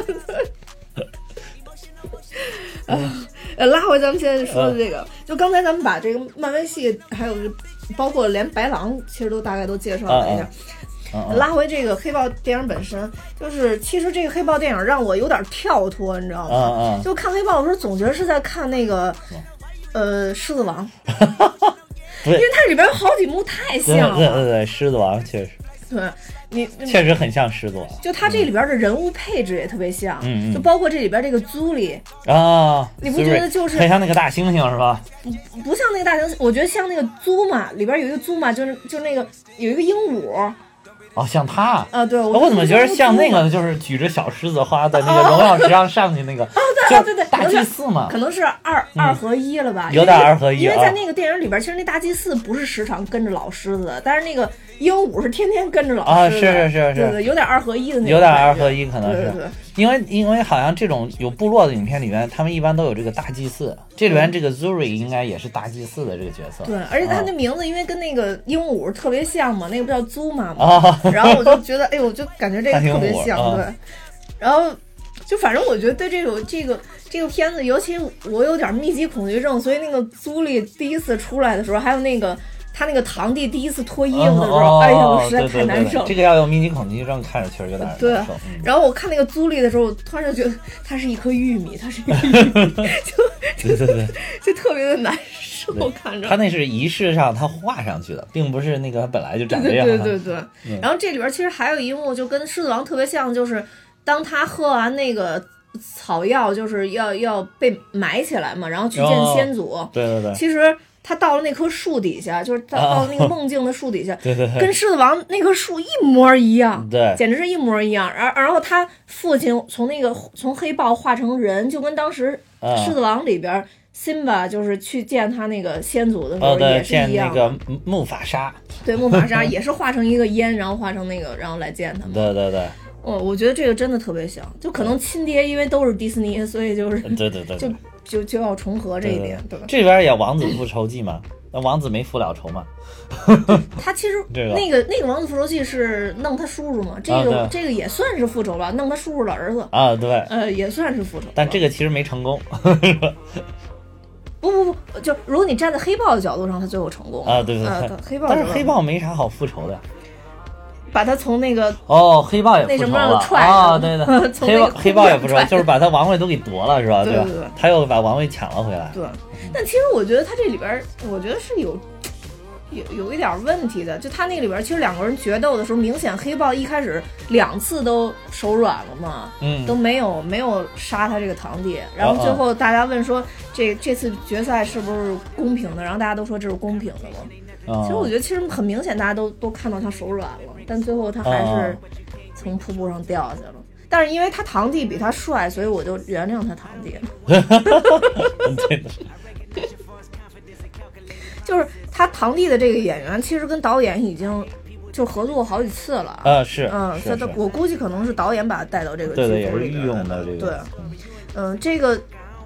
呃，拉回咱们现在说嗯的这个，就刚才咱们把这个漫威系，还有这包括连白狼，其实都大概都介绍了一下。啊嗯嗯拉回这个黑豹电影本身，就是其实这个黑豹电影让我有点跳脱，你知道啊吗？啊就看黑豹的时候，总觉得是在看那个，呃，狮子王，对因为它里边有好几幕太对像对嗯对了。对，狮子王确实对，你你确实很像狮子王就它这里边的人物配置也特别像，嗯嗯就包括这里边这个朱莉，啊！你不觉得就是很像那个大猩猩是吧？不像那个大猩猩，我觉得像那个祖玛里边有一个祖玛，就是就那个有一个鹦鹉哦，像他。哎啊，对，我怎么觉得像那啊个，就是举着小狮子花在那个荣耀 *laughs* 石上上去那个，哦对对对，就大祭司嘛嗯可，能是二二合一了吧，有点二合一因为啊在那个电影里边，其实那大祭司不是时常跟着老狮子的，但是那个鹦鹉是天天跟着老啊狮子是的，是是是对对，有点二合一的那种，有点二合，一，可能对对是对，因为因为好像这种有部落的影片里面，他们一般都有这个大祭祀，这里面这个 Zuri 应该也是大祭祀的这个角色。嗯对，而且它啊那名字因为跟那个鹦鹉特别像嘛，那个不叫祖玛嘛，啊， *laughs* 然后我就觉得，哎呦，我就感觉这个大鹦鹉特别像，啊对。然后就反正我觉得对这种这个这个片子，尤其我有点密集恐惧症，所以那个朱莉第一次出来的时候，还有那个他那个堂弟第一次脱衣服的时候，哦哎呀，我实在对太对难对受。这个要有密集恐惧症看着确实有点难受。对啊嗯然后我看那个朱莉的时候，我突然就觉得她是一颗玉米，她是一颗玉米， *laughs* 就对对对， *laughs* 就特别的难受，看着他。那是仪式上他画上去的，并不是那个本来就长这 *laughs* 对样。对对嗯对。然后这里边其实还有一幕就跟狮子王特别像，就是当他喝完那个草药就是要要被埋起来嘛，然后去见哦先祖。对对对，其实他到了那棵树底下，就是到啊到那个梦境的树底下， *laughs* 对对对跟狮子王那棵树一模一样，对简直是一模一样。然然后他父亲从那个从黑豹化成人，就跟当时啊狮子王里边辛巴就是去见他那个先祖的时哦候对，也是见一那样个的，木木法沙，对木 *laughs* 法沙也是化成一个烟，然后化成那个，然后来见他们。对对 *laughs* 对我、我觉得这个真的特别像，就可能亲爹因为都是迪士尼，所以就是对对对，对就就就要重合这对一对点，对吧？这边也王子复仇记嘛，那王子没复了仇嘛，他其实这个那个那个王子复仇记是弄他叔叔嘛，这个、啊对这个也算是复仇吧，弄他叔叔的儿子，啊对，呃，也算是复仇。但这个其实没成功 *laughs* 啊不不不，就如果你站在黑豹的角度上，他最后成功了啊，对对呃对，黑豹但就是黑豹没啥好复仇的呀。把他从那个哦，黑豹也那复什仇么了踹啊、了对对， *laughs* 从黑那豹个黑豹也复仇空，中就是把他王位都给夺了是吧？对吧对对？他又把王位抢了回来。对，但其实我觉得他这里边儿，我觉得是有。有有一点问题的，就他那里边儿，其实两个人决斗的时候，明显黑豹一开始两次都手软了嘛，嗯都没有没有杀他这个堂弟。然后最后大家问说，这这次决赛是不是公平的？然后大家都说这是公平的嘛。嗯其实我觉得其实很明显，大家都都看到他手软了，但最后他还哦是从瀑布上掉下去了。但是因为他堂弟比他帅，所以我就原谅他堂弟了。 *laughs* 对的就是他堂弟的这个演员，其实跟导演已经就合作过好几次了。啊是嗯，是所以是他我估计可能是导演把他带到这个对对剧也组是里御边用来的这对个，，嗯，这个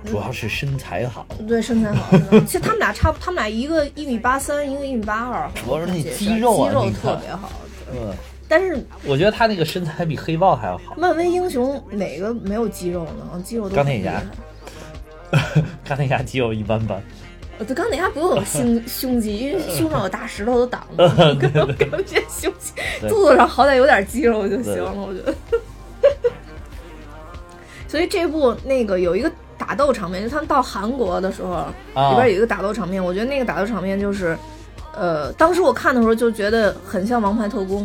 主要是身材好，对身 *laughs* 材好，其实他们俩差不，他们俩一个一米八三，一个一米八二，主要是那肌肌肉啊肌你看肉特别好。对嗯，但是我觉得他那个身材比黑豹还要好。漫威英雄哪个没有肌肉呢？肌肉都钢铁侠很厉害看那下肌肉一般般，呃对，钢铁侠不用有 *laughs* 胸胸肌，因为胸上有大石头都挡着，根本根本这胸肌，对肚子上好歹有点肌肉就对行了，我觉得。 *laughs* 所以这部那个有一个打斗场面，就他们到韩国的时候，啊里边有一个打斗场面，我觉得那个打斗场面就是。呃，当时我看的时候就觉得很像《王牌特工》，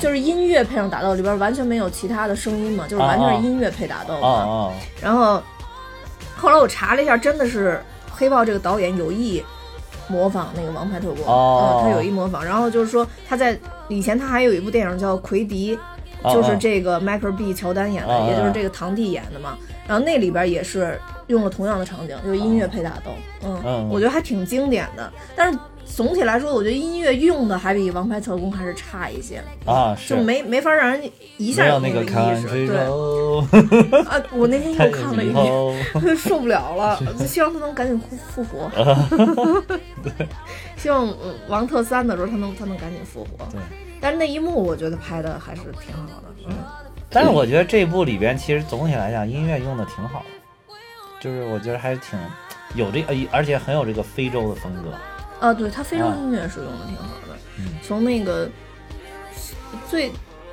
*laughs* 就是音乐配上打斗，里边完全没有其他的声音嘛，就是完全是音乐配打斗嘛。啊啊然后后来我查了一下，真的是黑豹这个导演有意模仿那个《王牌特工》哦嗯，他有意模仿。然后就是说他在以前他还有一部电影叫《奎迪》，哦就是这个迈克尔 B 乔丹演的，哦也就是这个堂弟演的嘛。然后那里边也是用了同样的场景，就是音乐配打斗，嗯，嗯我觉得还挺经典的。但是总体来说，我觉得音乐用的还比《王牌特工》还是差一些，啊。就是没没法让人一下没有有那个个意识。 country 对 road，啊，我那 *laughs* 天又看了一遍。后 *laughs* 受不了了，就 *laughs* 希望他能赶紧复复活。哦希望呃王特三的时候他能他能赶紧复活。对但是那一幕我觉得拍的还是挺好的。嗯， *laughs* 但是我觉得这部里边其实总体来讲音乐用的挺好的，就是我觉得还是挺有这呃，而且很有这个非洲的风格。啊，对他非洲音乐是用的挺好的，从那个最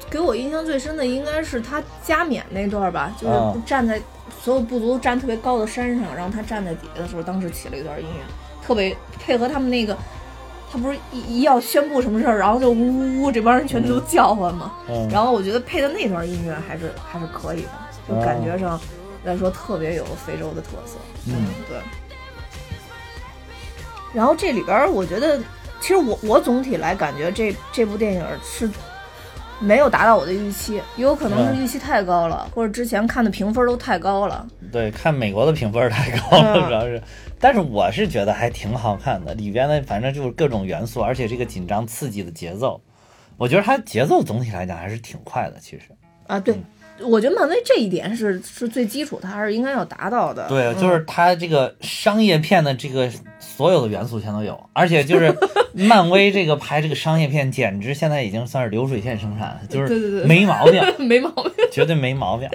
给我印象最深的应该是他加冕那段儿吧，就是啊不站在、所有部族站特别高的山上，然后他站在底下的时候，当时起了一段音乐，特别配合他们那个。他不是一一要宣布什么事儿，然后就呜呜呜，这帮人全都叫唤嘛。嗯然后我觉得配的那段音乐还是还是可以的，就哦感觉上来说特别有非洲的特色。嗯，对。然后这里边儿，我觉得其实我我总体来感觉这这部电影是没有达到我的预期，也有可能嗯是预期太高了，或者之前看的评分都太高了。对，看美国的评分太高了，嗯主要是，但是我是觉得还挺好看的，里边呢反正就是各种元素，而且这个紧张刺激的节奏，我觉得它节奏总体来讲还是挺快的，其实。啊，对，嗯我觉得漫威这一点是是最基础，它还是应该要达到的。对，就是它这个商业片的这个所有的元素全都有，而且就是 *laughs* 漫威这个拍这个商业片，简直现在已经算是流水线生产了，就对对是对没毛病， *laughs* 没毛病。绝对没 *laughs* 毛病。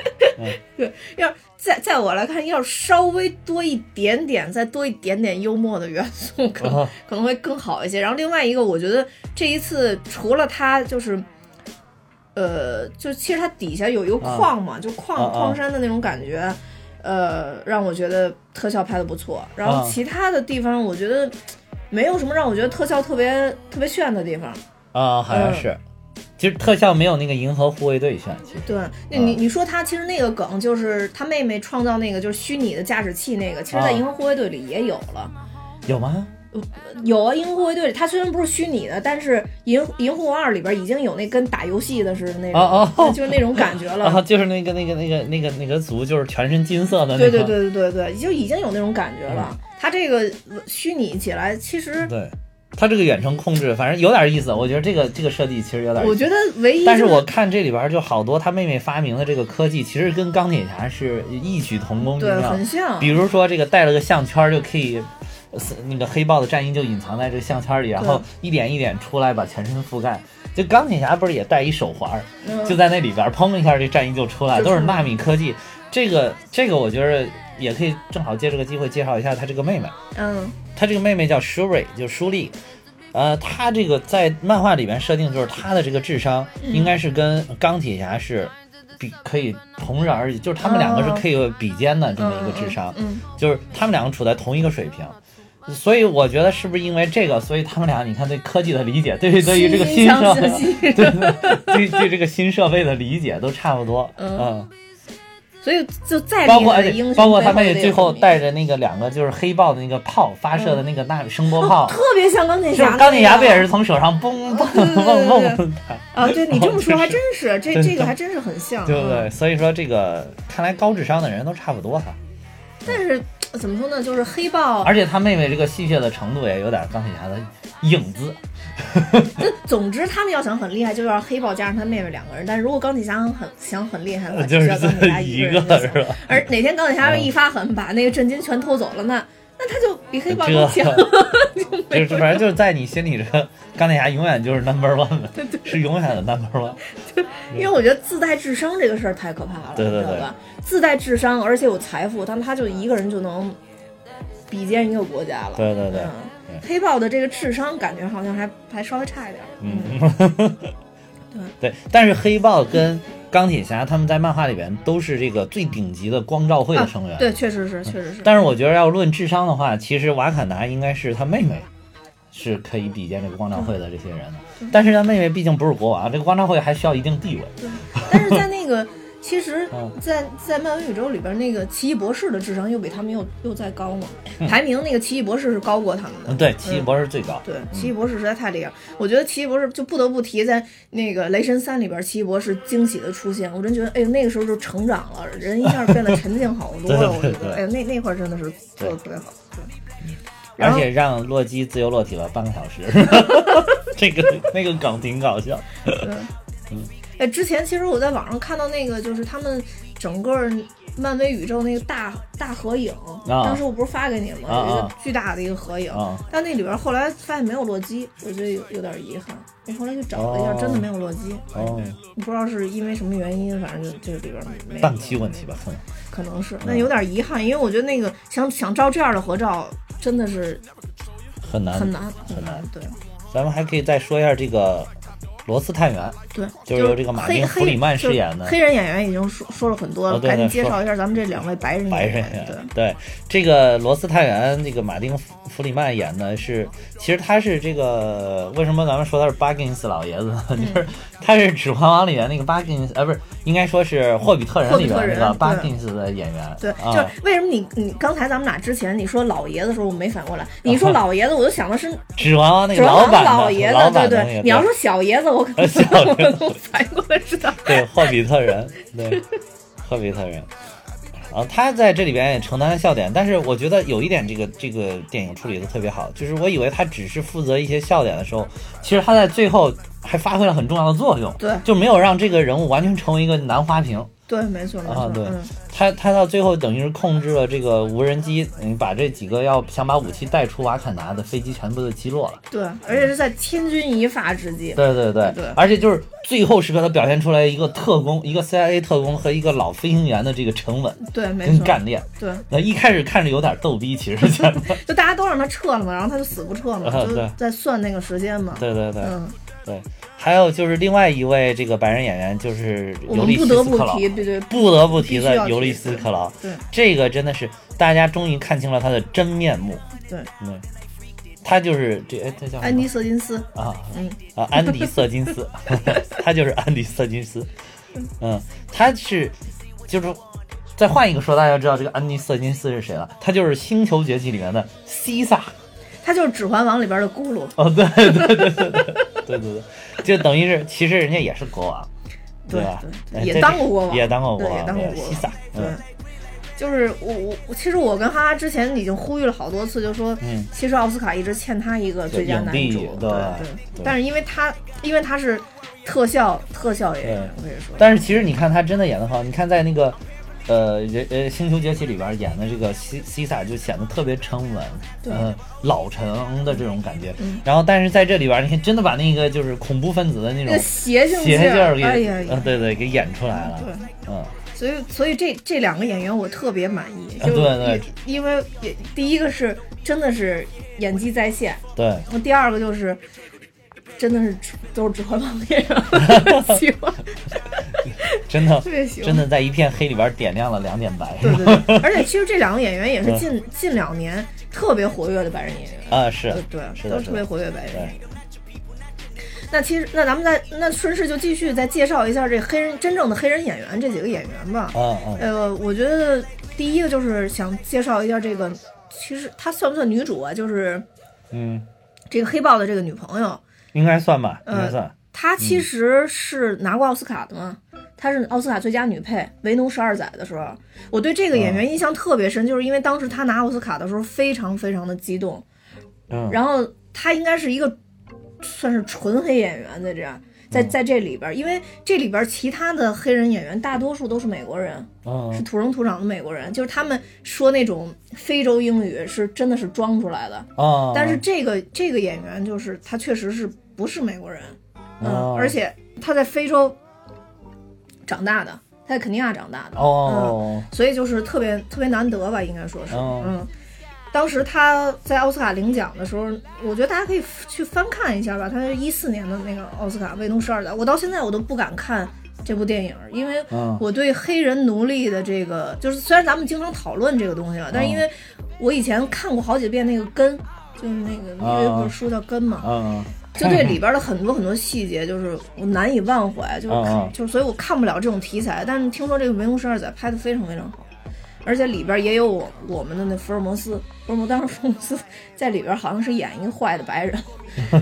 对， *laughs* 要在在我来看，要稍微多一点点，再多一点点幽默的元素，可能、啊可能会更好一些。然后另外一个，我觉得这一次除了他就是，呃，就其实它底下有一个矿嘛，就矿、啊啊矿山的那种感觉，呃，让我觉得特效拍的不错。然啊后其他的地方，我觉得没有什么让我觉得特效特别特别炫的地方。啊，好像嗯是，其实特效没有那个银河护卫队炫，其实对，那你啊你说他其实那个梗就是他妹妹创造那个就是虚拟的驾驶器那个，其实啊在《银河护卫队》里也有了。有吗？有啊，《银河护卫队》里它虽然不是虚拟的，但是银《银护二》里边已经有那跟打游戏的似的那种，哦哦 *laughs* 就是那种感觉 *laughs* 了。啊，就是那个那个那个那个那个族，就是全身金色的那对个，嗯对对对对对，就已经有那种感觉了。它这个虚拟起来，其实对，它这个远程控制，反正有点意思。我觉得这个这个设计其实有点意我思。觉得唯一但是就我看这里边就好多他妹妹发明的这个科技，其实跟钢铁侠是异曲同工之对妙很。像嗯比，如说这个带了个项圈儿就可以，呃那个黑豹的战衣就隐藏在这个项圈里，然后一点一点出来把全身覆盖。就钢铁侠不是也戴一手环儿，嗯就在那里边儿砰一下这战衣就出来，就都是出来纳米科技。这个这个我觉得也可以正好借这个机会介绍一下他这个妹妹。嗯她这个妹妹叫 Shuri，就舒丽。呃，她这个在漫画里面设定就是她的这个智商嗯应该是跟钢铁侠是比可以同日而语，就是他们两个是可以比肩的这么一个智商，哦嗯，就是他们两个处在同一个水平。所以我觉得是不是因为这个，所以他们俩你看对科技的理解，对于对于这个心新相设惜备，对对对这个新设备的理解都差不多，嗯嗯所以就再包厉括而害的英且雄，包括他妹妹最后后带着那个两个就是黑豹的那个炮发射的那个嗯那声波 *laughs* 炮，特别像钢铁就侠那是个，钢铁侠不也是从手上 *laughs* 嘣嘣嘣嘣嘣打，啊？对你这么说还真是，这哦真这个的还真是很像，对不嗯对？所以说这个看来高智商的人都差不多哈，但是呃怎么说呢，就是黑豹。而且他妹妹这个戏谑的程度也有点钢铁侠的影子，那总之，他们要想很厉害，就要黑豹加上他妹妹两个人。但如果钢铁侠很想很厉害的话，呃就只是要钢铁侠一个个人就行。是吧？而哪天钢铁侠要嗯一发狠，把那个震惊全偷走了，那那他就比黑豹这更强。 *laughs* 就是反正就是在你心里，这个钢铁侠永远就是 number one 的，是永远的 number one。因为我觉得自带智商这个事儿太可怕了，对对你知对道吧？自带智商，而且有财富，但他就一个人就能比肩一个国家了。对对对嗯对黑豹的这个智商感觉好像还还稍微差一点儿。嗯，对，但是黑豹跟钢铁侠他们在漫画里边都是这个最顶级的光照会的成员，嗯啊，对，确实是，确实是。但是我觉得要论智商的话，其实瓦坎达应该是他妹妹，是可以比肩这个光照会的这些人嗯的。但是他妹妹毕竟不是国王，这个光照会还需要一定地位。但是在那个，其实嗯在，在漫威宇宙里边，那个奇异博士的智商又比他们又又再高嘛，排名那个奇异博士是高过他们的。嗯，对，奇异博士最高。对，奇异博士实在太厉害了，我觉得奇异博士就不得不提，在那个《雷神三》里边，奇异博士惊喜的出现，我真觉得，哎呦，那个时候就成长了，人一下变得沉静好 *laughs* 多对了。我对觉对得，哎呦，那那块儿真的是做对的特别好。然而后且让洛基自由落体了半个 *laughs* 小时，这个那个梗挺搞笑。嗯哎，之前其实我在网上看到那个，就是他们整个漫威宇宙那个大大合影，啊当时我不是发给你吗？啊啊有一个巨大的一个合影，啊但那里边后来发现没有洛基，我觉得有有点遗憾。因为后来去找了一下，哦真的没有洛基，哦，不知道是因为什么原因，反正就这里边没有档，期问题吧，可能。可能是嗯那有点遗憾，因为我觉得那个想想照这样的合照真的是很难，很难嗯很难。对咱们还可以再说一下这个罗斯探员，对，就是由这个马丁黑弗里曼饰演的黑就是黑人演员已经说说了很多了，哦对赶紧对介说绍一下咱们这两位白人白演人员。嗯对演。对，这个罗斯探员，这个马丁弗弗里曼演的是，其实他是这个为什么咱们说他是巴金斯老爷子呢？嗯就是他是《指环王》里面那个巴金斯，呃，不是，应该说是《霍比特人霍》比里特面人那个巴对金斯的演员。对，啊、就是为什么你你刚才咱们俩之前你说老爷子的时候，我没反过来。你 *laughs* 一说老爷子，我就想的是《指环王》那指个老环王板的老爷子，老对板的那对个。你要说小爷子，我可 *laughs* 能小爷子我反过来知 *laughs* 道。对《霍比特人》，对《霍比特人》。然后他在这里边也承担了笑点，但是我觉得有一点，这个这个电影处理的特别好，就是我以为他只是负责一些笑点的时候，其实他在最后还发挥了很重要的作用，对就没有让这个人物完全成为一个男花瓶对，没错没啊错，，对嗯，他他到最后等于是控制了这个无人机，嗯，把这几个要想把武器带出瓦坎达的飞机全部都击落了，对，而且是在千钧一发之际。对对对，对而且就是最后时刻他表现出来一个特工，一个 CIA 特工和一个老飞行员的这个沉稳，对，没跟错，干练。对，那一开始看着有点逗逼，其实 *laughs* 觉得，就大家都让他撤了嘛，然后他就死不撤嘛，啊就对在算那个时间嘛。对对对嗯，对。还有就是另外一位这个白人演员，就是我尤们利不西得斯不克劳，提，对对，不得不提必须要的提尤利斯克劳，对这个真的是大家终于看清了他的真面目。对，嗯，他就是这哎，他叫什安迪·么瑟金斯，啊嗯啊，安迪瑟金斯， *laughs* 他就是安迪瑟金斯，嗯，他是就是再换一个说，大家就知道这个安迪瑟金斯是谁了，他就是《星球崛起》里面的西萨，他就是《指环王》里边的咕噜。哦，对对对对对对对对，就等于是其实人家也是国王，对吧？对哎也这当过国王也当过对国王，也当过国王西萨，对嗯，就是我我我其实我跟哈哈之前已经呼吁了好多次，就说，嗯其实奥斯卡一直欠他一个最佳男影帝主，对对对但是因为他因为他是特效特效演员，对我跟你说，但是其实你看他真的演的好，你看在那个。呃，人呃，《星球崛起》里边演的这个西西萨就显得特别沉稳，对嗯呃，老成的这种感觉。然后，但是在这里边，你看真的把那个就是恐怖分子的那那种个邪性邪劲劲儿儿，给，哎呀呃呀，对对，给演出来了。对。嗯，所以，所以这这两个演员我特别满意，啊就对对因因为也第一个是真的是演技在线，对，然后第二个就是真的是指都是《指环王》 *laughs* 演员，喜欢，真的 *laughs* 特别喜欢真的在一片黑里边点亮了两点白。对对对，而且其实这两个演员也是近近两年特别活跃的白人演员，啊，是呃，对，是都的，是是特别的，活跃白人对演员。那其实，那咱们再那顺势就继续再介绍一下这黑人真正的黑人演员这几个演员吧。嗯嗯，呃，我觉得第一个就是想介绍一下这个，其实她算不算女主啊？就是嗯，这个黑豹的这个女朋友，应该算吧，应该呃算。她其实是拿过奥斯卡的嘛，她是奥斯卡最佳女配《维农十二载》的时候，我对这个演员印象特别深，就是因为当时她拿奥斯卡的时候非常非常的激动，嗯，然后她应该是一个算是纯黑演员在这样。在在这里边儿，因为这里边儿其他的黑人演员大多数都是美国人，是嗯土生土长的美国人，就是他们说那种非洲英语是真的是装出来的。啊，但是这个这个演员就是他确实是不是美国人，嗯，哦而且他在非洲长大的，他在肯尼亚长大的，哦，所以就是特别特别难得吧，应该说是，哦嗯。当时他在奥斯卡领奖的时候，我觉得大家可以去翻看一下吧。他是一四年的那个奥斯卡《卫东十二载》，我到现在我都不敢看这部电影，因为嗯我对黑人奴隶的这个，就是虽然咱们经常讨论这个东西嗯了，但是因为我以前看过好几遍那个《根》，就是那个啊因为有本书叫《根》嘛，嗯，就对里边的很多很多细节，就是我难以忘怀，就是看、啊啊就是，所以我看不了这种题材。但是听说这个《文龙十二载》拍的非常非常好，而且里边也有我我们的那福尔摩斯，福尔摩当时福尔摩斯 *laughs* 在里边好像是演一个坏的白人，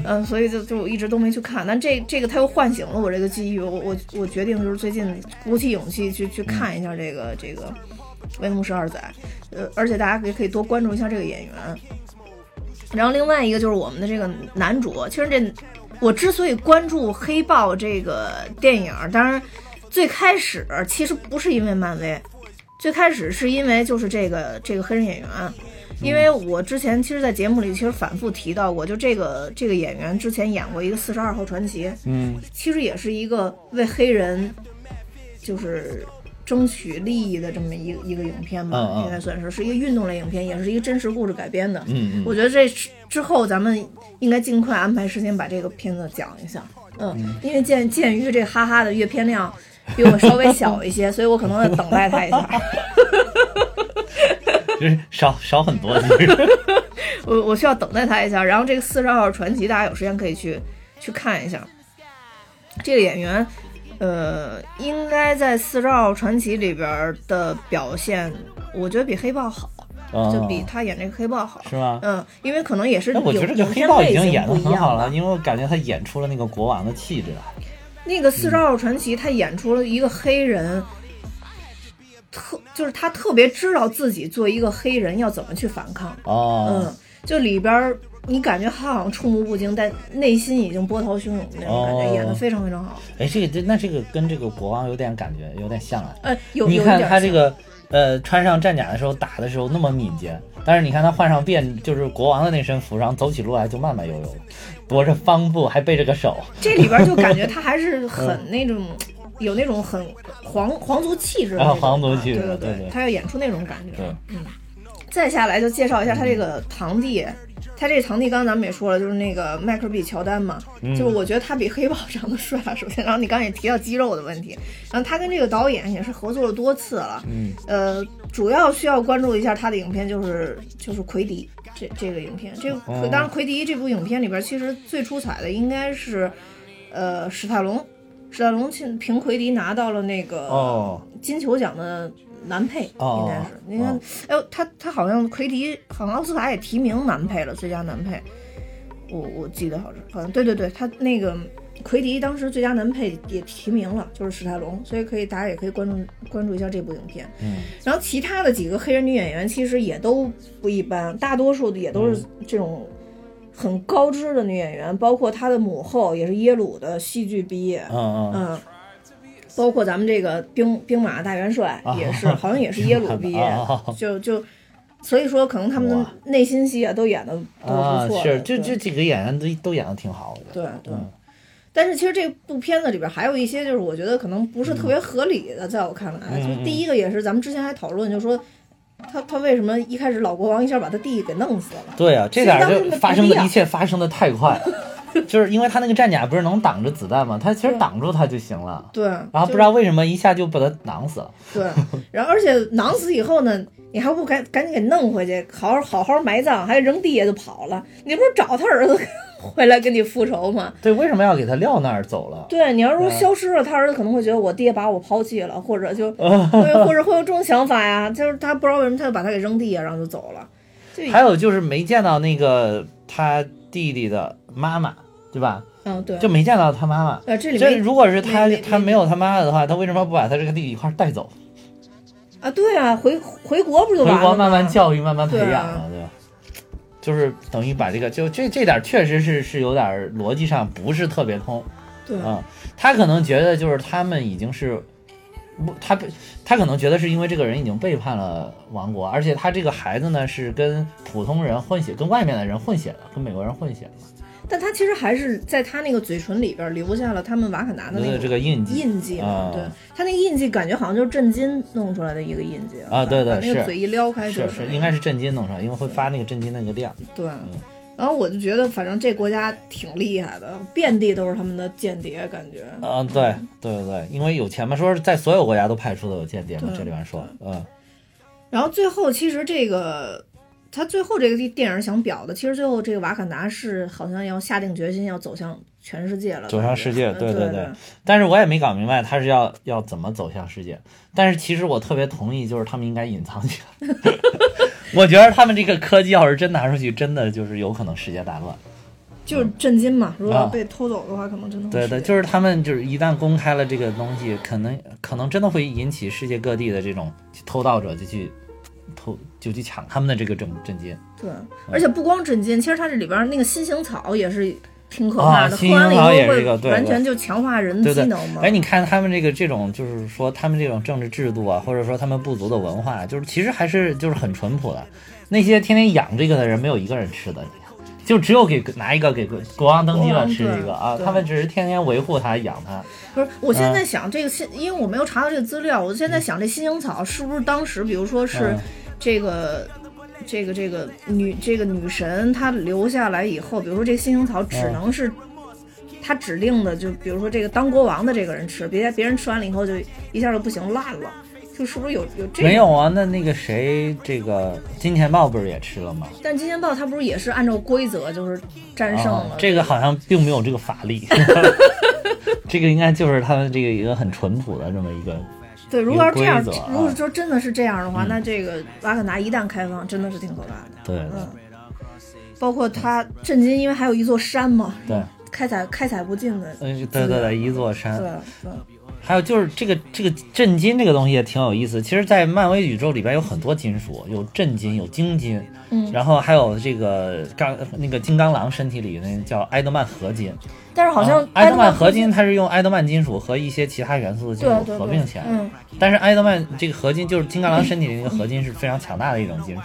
嗯，所以就就我一直都没去看。但这这个他又唤醒了我这个记忆，我我我决定就是最近鼓起勇气去去看一下这个这个。威龙十二载，呃，而且大家也可以多关注一下这个演员。然后另外一个就是我们的这个男主，其实这我之所以关注《黑豹》这个电影，当然最开始其实不是因为漫威，最开始是因为就是这个这个黑人演员，因为我之前其实，在节目里其实反复提到过，就这个这个演员之前演过一个《四十二号传奇》，嗯其实也是一个为黑人就是争取利益的这么一个一个影片吧，嗯嗯应该算是是一个运动类影片，也是一个真实故事改编的。嗯嗯我觉得这之之后咱们应该尽快安排时间把这个片子讲一下。嗯，因为鉴鉴于这哈哈的阅片量比我稍微小一些，所以我可能得等待他一下。就是少少很 *laughs* 多，其实我我需要等待他一下。然后这个四十二号传奇，大家有时间可以去去看一下。这个演员，呃，应该在四十二号传奇里边的表现，我觉得比黑豹好，就比他演这个黑豹好。哦嗯是吗？哎嗯，因为可能也是那我觉影得这影黑片豹已背经景演的不一很样好了了，因为我感觉他演出了那个国王的气质啊来。那嗯个《四十二号传奇》，他演出了一个黑人，特就是他特别知道自己作为一个黑人要怎么去反抗。哦嗯，就里边儿你感觉他好像触目不惊，但内心已经波涛汹涌的那种感觉，哦演得非常非常好。哎，这个这那这个跟这个国王有点感觉，有点像啊。呃，有你有一看点他儿这像，个呃穿上战甲的时候打的时候那么敏捷，但是你看他换上便就是国王的那身服装，走起路来就慢慢悠悠的，踱着方步还背着个手。这里边儿就感觉他还是很那种。有那种很皇皇族气质的那种啊皇族气质对对对对他要演出那种感觉。嗯对，再下来就介绍一下他这个堂弟，他这堂弟刚刚咱们也说了，就是那个迈克尔比乔丹嘛，嗯就是我觉得他比黑豹长得帅。首先，然后你刚刚也提到肌肉的问题，然后他跟这个导演也是合作了多次了。嗯，呃，主要需要关注一下他的影片就是就是奎迪这这个影片，这个哦当然奎迪这部影片里边其实最出彩的应该是呃史泰龙，史泰龙去凭奎迪拿到了那个哦金球奖的男配，哦应该是。你看哦，哎呦，他他好像奎迪，好像奥斯卡也提名男配了，最佳男配。我我记得好像好像对对对，他那个奎迪当时最佳男配也提名了，就是史泰龙，所以可以大家也可以关注关注一下这部影片。嗯，然后其他的几个黑人女演员其实也都不一般，大多数的也都是嗯这种。很高知的女演员，包括她的母后也是耶鲁的戏剧毕业，嗯嗯，嗯，包括咱们这个兵兵马大元帅啊也是，好像也是 *laughs* 耶鲁毕业，哦就就，所以说可能他们哇的内心戏啊都演的都啊不错的、是，这对这几个演员都都演的挺好，我觉得。对对。嗯但是其实这部片子里边还有一些，就是我觉得可能不是特别合理的，在我看来，嗯嗯就第一个也是咱们之前还讨论，就说他他为什么一开始老国王一下把他弟弟给弄死了？对啊，这以点儿当时就没发必生的要一切发生的太快， *laughs* 就是因为他那个战甲不是能挡着子弹吗？他其实对挡住他就行了，对，然后就啊不知道为什么一下就把他囊死了。对，然后而且囊死以后呢，你还不赶赶紧给弄回去，好好好好埋葬，还扔地下就跑了。你不是找他儿子 *laughs* 回来跟你复仇吗？对，为什么要给他撂那儿走了？对你要是对消失了，他儿子可能会觉得我爹把我抛弃了，或 *laughs* 者就哎会或者会有这种想法呀。就是他不知道为什么他就把他给扔地下，然后就走了。就还有就是没见到那个他弟弟的妈妈，对吧？嗯对，就没见到他妈妈。呃这里这面如果是他没没他没有他妈妈的话，他为什么不把他这个弟弟一块儿带走？啊对啊，回回国不就回完了国吗？慢慢教育，慢慢培对啊养啊，对吧？就是等于把这个，就这这点儿确实是是有点儿逻辑上不是特别通，对啊、他可能觉得就是他们已经是，不，他不，他可能觉得是因为这个人已经背叛了王国，而且他这个孩子呢是跟普通人混血，跟外面的人混血了，跟美国人混血了，但他其实还是在他那个嘴唇里边留下了他们瓦坎达的那有个这个印记，印记嘛啊，对，他那印记感觉好像就是震惊弄出来的一个印记啊对对把那是个嘴一撩开就是，是应该嗯是震惊弄出来，因为会发那个震惊那个亮，对。然后我就觉得，反正这国家挺厉害的，遍地都是他们的间谍，感觉。嗯，对对对对，因为有钱嘛，说是在所有国家都派出都有间谍嘛，对这里边说，嗯然后最后，其实这个他最后这个电影想表的，其实最后这个瓦坎达是好像要下定决心要走向全世界了，走向世界感觉对嗯对对对但是我也没搞明白他是要要怎么走向世界。但是其实我特别同意，就是他们应该隐藏起来。 *laughs* 我觉得他们这个科技要是真拿出去，真的就是有可能世界大乱。就是震惊嘛。如果要啊被偷走的话，可能真的会对世界对，就是他们就是一旦公开了这个东西，可能可能真的会引起世界各地的这种偷盗者就去偷就去抢他们的这个证证金对，而且不光震惊，其实它这里边儿那个新型草也是挺可啊怕的，新喝完了型以草后也是一个会对完对全就强化人对机对能嘛。哎，你看他们这个这种，就是说他们这种政治制度啊，或者说他们部族的文化，啊就是其实还是就是很淳朴的。那些天天养这个的人，没有一个人吃的，就只有给拿一个给国国王登基国了王吃对一个啊，对他们只是天天维护他养他。不是，我现嗯在想这个新，因为我没有查到这个资料，我现在想这新型草是不是当时，比如说是嗯这个。这个这个女这个女神她留下来以后，比如说这个新型草只嗯能是她指定的，就比如说这个当国王的这个人吃，别别人吃完了以后就一下就不行烂了，就是不是有有这个？没有啊，那那个谁，这个金钱豹不是也吃了吗？但金钱豹它不是也是按照规则就是战胜啊了、，这个好像并没有这个法力。 *laughs* 这个应该就是他们这个一个很淳朴的这么一个，对，如果要是这样有规则啊，嗯如果说真的是这样的话，那这个瓦坎达一旦开放，真的是挺可怕的。对对嗯，包括它震惊，因为还有一座山嘛，对，开采开采不尽的，嗯对对对，一座山，对对还有就是这个这个震金这个东西也挺有意思。其实，在漫威宇宙里边有很多金属，有震金，有晶金，嗯然后还有这个钢那个金刚狼身体里那叫埃德曼合金。但是好像啊埃德曼合合金它是用埃德曼金属和一些其他元素的金对属对合对，并起来的。嗯但是埃德曼这个合金就是金刚狼身体里那个合金是非常强大的一种金属。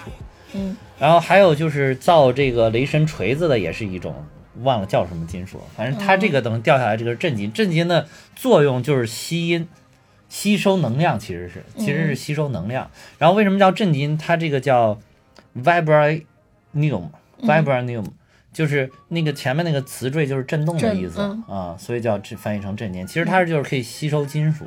嗯，然后还有就是造这个雷神锤子的也是一种，忘了叫什么金属，反正它这个等掉下来这个是震金，震金的作用就是吸音。吸收能量其实是，嗯其实是吸收能量。然后为什么叫震金？它这个叫 vibranium 嗯 vibranium，、就是那个前面那个词缀就是震动的震意思、嗯啊，所以叫这翻译成震念。其实它是就是可以吸收金属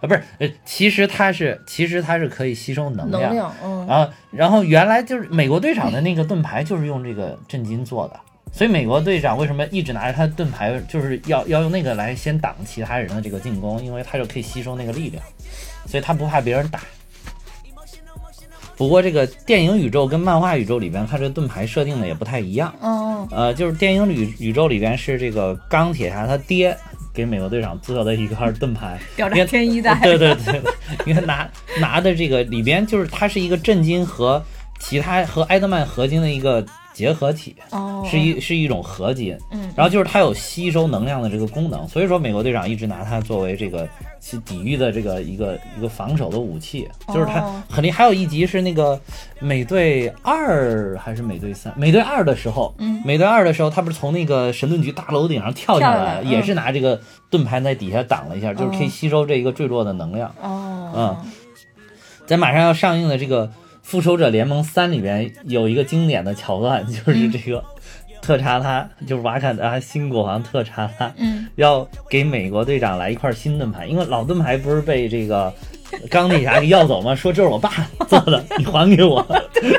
啊，不是，呃，其实它是其实它是可以吸收能能量。量，嗯，啊，然后原来就是美国队长的那个盾牌就是用这个震金做的，所以美国队长为什么一直拿着他的盾牌，就是要要用那个来先挡其他人的这个进攻，因为他就可以吸收那个力量，所以他不怕别人打。不过这个电影宇宙跟漫画宇宙里边，它这个盾牌设定的也不太一样。嗯，呃，就是电影宇宇宙里边是这个钢铁侠他爹给美国队长做的一块盾牌， *laughs* 表因为彰天一代， *laughs* 对对对，你看拿拿的这个里边就是它是一个震惊和其他和埃德曼合金的一个结合体，哦，是一是一种合金。嗯，然后就是它有吸收能量的这个功能，所以说美国队长一直拿它作为这个其抵御的这个一个一个防守的武器，就是它哦很厉害。还有一集是那个美队二还是美队三？美队二的时候，嗯美队二的时候，他不是从那个神盾局大楼顶上跳下跳下来，来嗯也是拿这个盾牌在底下挡了一下，就是可以哦吸收这一个坠落的能量。哦，在马上要上映的这个《复仇者联盟三》里边有一个经典的桥段，就是这个特查拉，就是瓦坎达新国王特查拉，嗯，要给美国队长来一块新盾牌，因为老盾牌不是被这个钢铁侠给要走吗？说这是我爸做的，你还给我，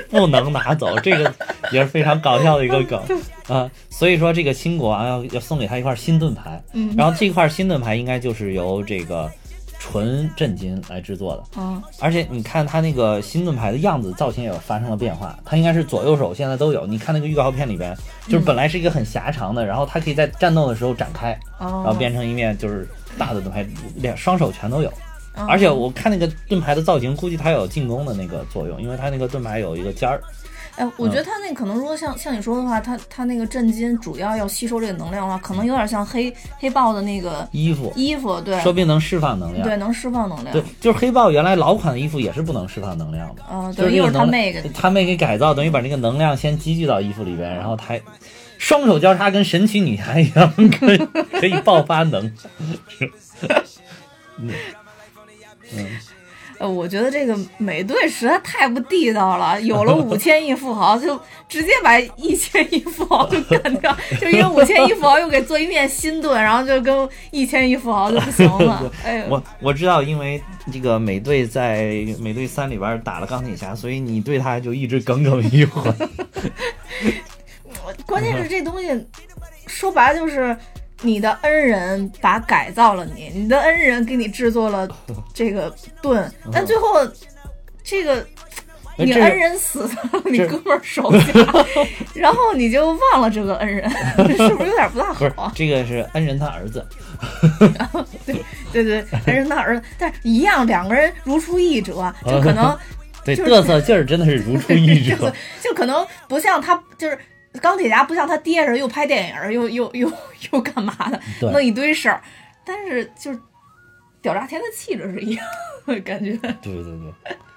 不能拿走，这个也是非常搞笑的一个梗啊。所以说这个新国王要要送给他一块新盾牌，嗯然后这块新盾牌应该就是由这个纯震金来制作的。哦，而且你看它那个新盾牌的样子造型也发生了变化，它应该是左右手现在都有。你看那个预告片里边，就是本来是一个很狭长的，然后它可以在战斗的时候展开，然后哦，变成一面就是大的盾牌，两双手全都有。哦而且我看那个盾牌的造型，估计它有进攻的那个作用，因为它那个盾牌有一个尖儿。哎，我嗯觉得他那可能如果像像你说的话，他他那个震金主要要吸收这个能量的话，可能有点像黑黑豹的那个衣服衣服，对，说不定能释放能量。对，能释放能量，对，就是黑豹原来老款的衣服也是不能释放能量的。哦，就对，是一那会个儿他能妹给量，他妹给改造，等于把那个能量先积聚到衣服里边，然后他双手交叉，跟神奇女侠一样， *laughs* 可以可以爆发能。呃，我觉得这个美队实在太不地道了，有了五千亿富豪，就直接把一千亿富豪就干掉，就因为五千亿富豪又给做一面新盾，然后就跟一千亿富豪就不行 *laughs* 了。哎呦，我我知道，因为这个美队在《美队三》里边打了钢铁侠，所以你对他就一直耿耿于怀。 *laughs* 关键是这东西，说白了就是你的恩人把改造了你，你的恩人给你制作了这个盾，但最后这个嗯哎你这是恩人 *laughs* 死在了你这哥们儿手 *laughs* 下，然后你就忘了这个恩人，是不是有点不大不是好啊？这个是恩人他儿子，对对，恩人他儿子，但是一样，两个人如出一辙，就 *laughs* 可能对，就是嘚瑟劲儿真的是如出一辙。 *laughs* 就可能不像他，就是钢铁侠不像他爹似的，又拍电影儿，又又又又干嘛的对，弄一堆事儿，但是就是屌炸天的气质是一样的感觉。对对对。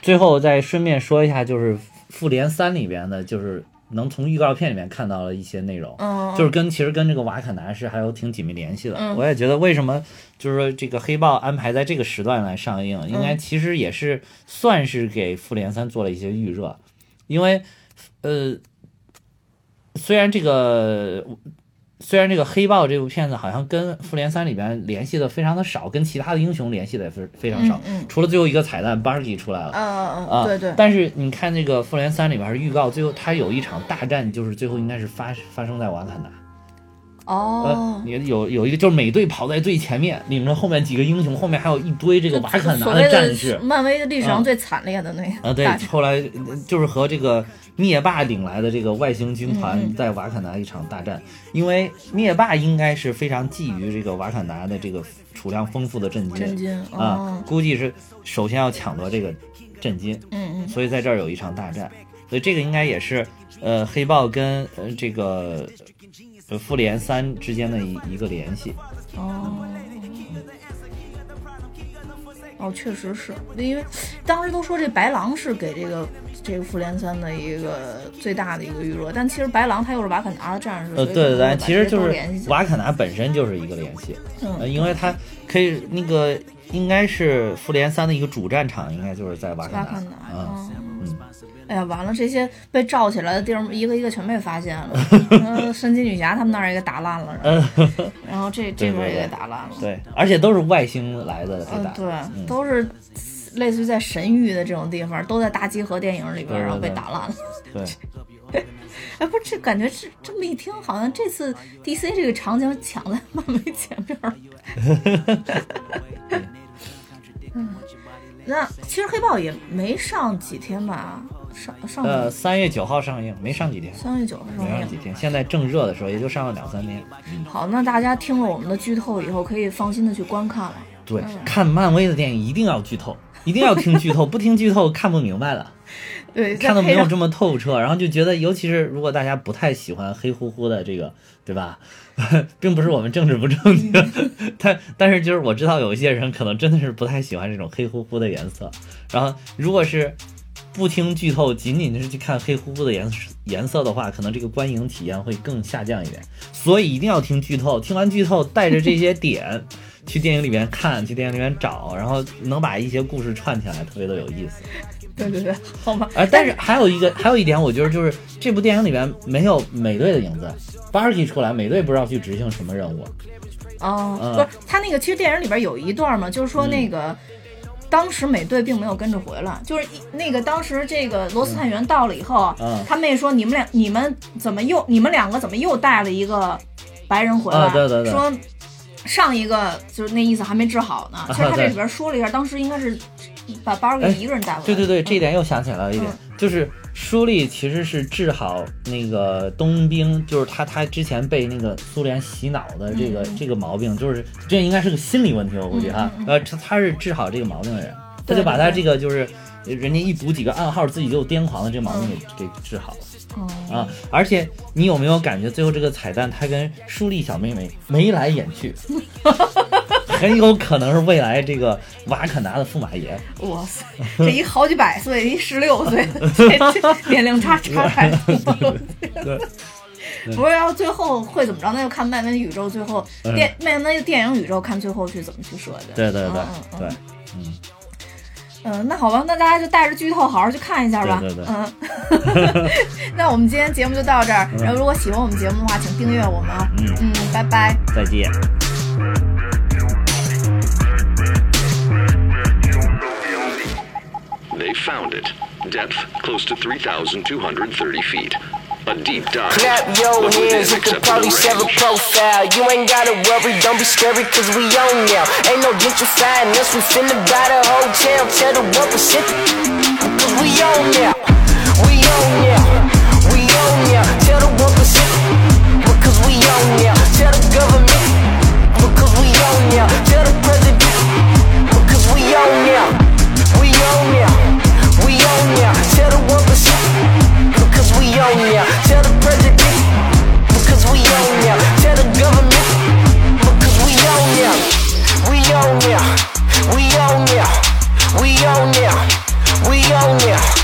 最后再顺便说一下，就是《复联三》里边的，就是能从预告片里面看到了一些内容，嗯就是跟其实跟这个瓦坎达是还有挺紧密联系的。嗯我也觉得为什么就是说这个黑豹安排在这个时段来上映，嗯应该其实也是算是给《复联三》做了一些预热，因为呃，虽然这个虽然这个黑豹这部片子好像跟复联三里边联系的非常的少，跟其他的英雄联系的也非非常少，嗯嗯除了最后一个彩蛋 Barky 出来了。 *laughs* 嗯啊，对对，但是你看这个《复联三》里边是预告，最后它有一场大战，就是最后应该是发发生在瓦坎达。哦呃，，也有有一个就是美队跑在最前面，领着后面几个英雄，后面还有一堆这个瓦坎达所谓战士的。嗯漫威的历史嗯上最惨烈的那啊，个对大战，后来呃就是和这个灭霸领来的这个外星军团在瓦坎达一场大战，因为灭霸应该是非常觊觎这个瓦坎达的这个储量丰富的震金，真金啊哦，，估计是首先要抢夺这个震金，嗯嗯所以在这儿有一场大战，所以这个应该也是呃黑豹跟呃这个呃复联三之间的一一个联系，哦。哦，确实是因为当时都说这白狼是给这个这个复联三的一个最大的一个预热，但其实白狼他又是瓦坎达的战士，呃，所以对对可能对，把其这实就都是联系瓦坎达本身就是一个联系，嗯呃因为它可以那个应该是复联三的一个主战场，应该就是在瓦瓦坎达坎达，嗯哦嗯，哎呀，完了，这些被罩起来的地儿一个一个全被 *laughs* 发现了。嗯，神奇女侠他们那儿也给打烂了，然后 *laughs* 然后这这边儿也给打烂了。嗯对，而且都是外星来的给嗯打，，对，都是类似于在神域的这种地方，都在大集合电影里边对儿，对然后被对打烂了。 *laughs* 对，哎，不是，这感觉是这么一听，好像这次 DC 这个场景抢在漫威前面儿。 *laughs* 嗯那其实黑豹也没上几天吧，上上呃，三月九号上映，没上几天，三月九号没嗯上上几映。天，现在正热的时候也就上了两三天。好，那大家听了我们的剧透以后，可以放心的去观看了。对，看漫威的电影一定要剧透，一定要听剧透，不听剧透看不明白了，对，看的没配有上这么透彻，然后就觉得，尤其是如果大家不太喜欢黑乎乎的这个，对吧？ *laughs* 并不是我们政治不正确， *laughs* 但但是就是我知道有一些人可能真的是不太喜欢这种黑乎乎的颜色，然后如果是。不听剧透，仅仅是去看黑乎乎的颜色颜色的话，可能这个观影体验会更下降一点。所以一定要听剧透，听完剧透带着这些点去电影里面看，去电影里面找，然后能把一些故事串起来，特别的有意思。对对对，好吧。啊，但是还有一个，还有一点，我觉得就是这部电影里面没有美队的影子。Barky 出来，美队不知道去执行什么任务。哦，嗯不是，他那个其实电影里边有一段嘛，就是说那个、当时美队并没有跟着回来，就是一那个当时这个罗斯探员到了以后，啊嗯他妹说你们俩你们怎么又你们两个怎么又带了一个白人回来？啊对对对说。上一个就是那意思还没治好呢，其实他这里边说了一下，当时应该是把巴尔给啊哎一个人带回来。对对对，嗯这一点又想起来了一点，就是舒丽其实是治好那个冬兵，就是他他之前被那个苏联洗脑的这嗯个、这个毛病，就是这应该是个心理问题，我估计哈。呃，他他是治好这个毛病的人，他对就把对他对这个就是人家一读几个暗号自己就癫狂的这个毛病给、给治好了。嗯啊！而且你有没有感觉最后这个彩蛋，它跟舒丽小妹妹眉来眼去，很有可能是未来这个瓦肯达的驸马爷。哇塞，这一好几百岁，一十六岁，这这年龄差差太多了。对，不是要最后会怎么着？那就看漫威宇宙最后嗯电漫威电影宇宙看最后去怎么去设计。对对对嗯嗯对嗯，嗯，那好吧，那大家就带着剧透好好去看一下吧。对对对嗯， *laughs* 那我们今天节目就到这儿。然后如果喜欢我们节目的话，请订阅我们啊。嗯嗯，拜拜。再见。 They found it. Depth close to 3,230 feet. A deep dive. Clap your but within hands, you can acceptable probably save a range. profile. You ain't gotta worry, don't be scary, cause we own now. Ain't no gentrifying us, we finna buy the hotel. Tell the world percent, cause we own now. We own now, we own now. Tell the world percent, because we own now. Tell the government, because we own now. Tell the president, because we own now. We own now, we own now. Tell the world percent, because we own now. Tell the president, because we own now. Tell the government, because we own now. We own now. We own now. We own now. We own now.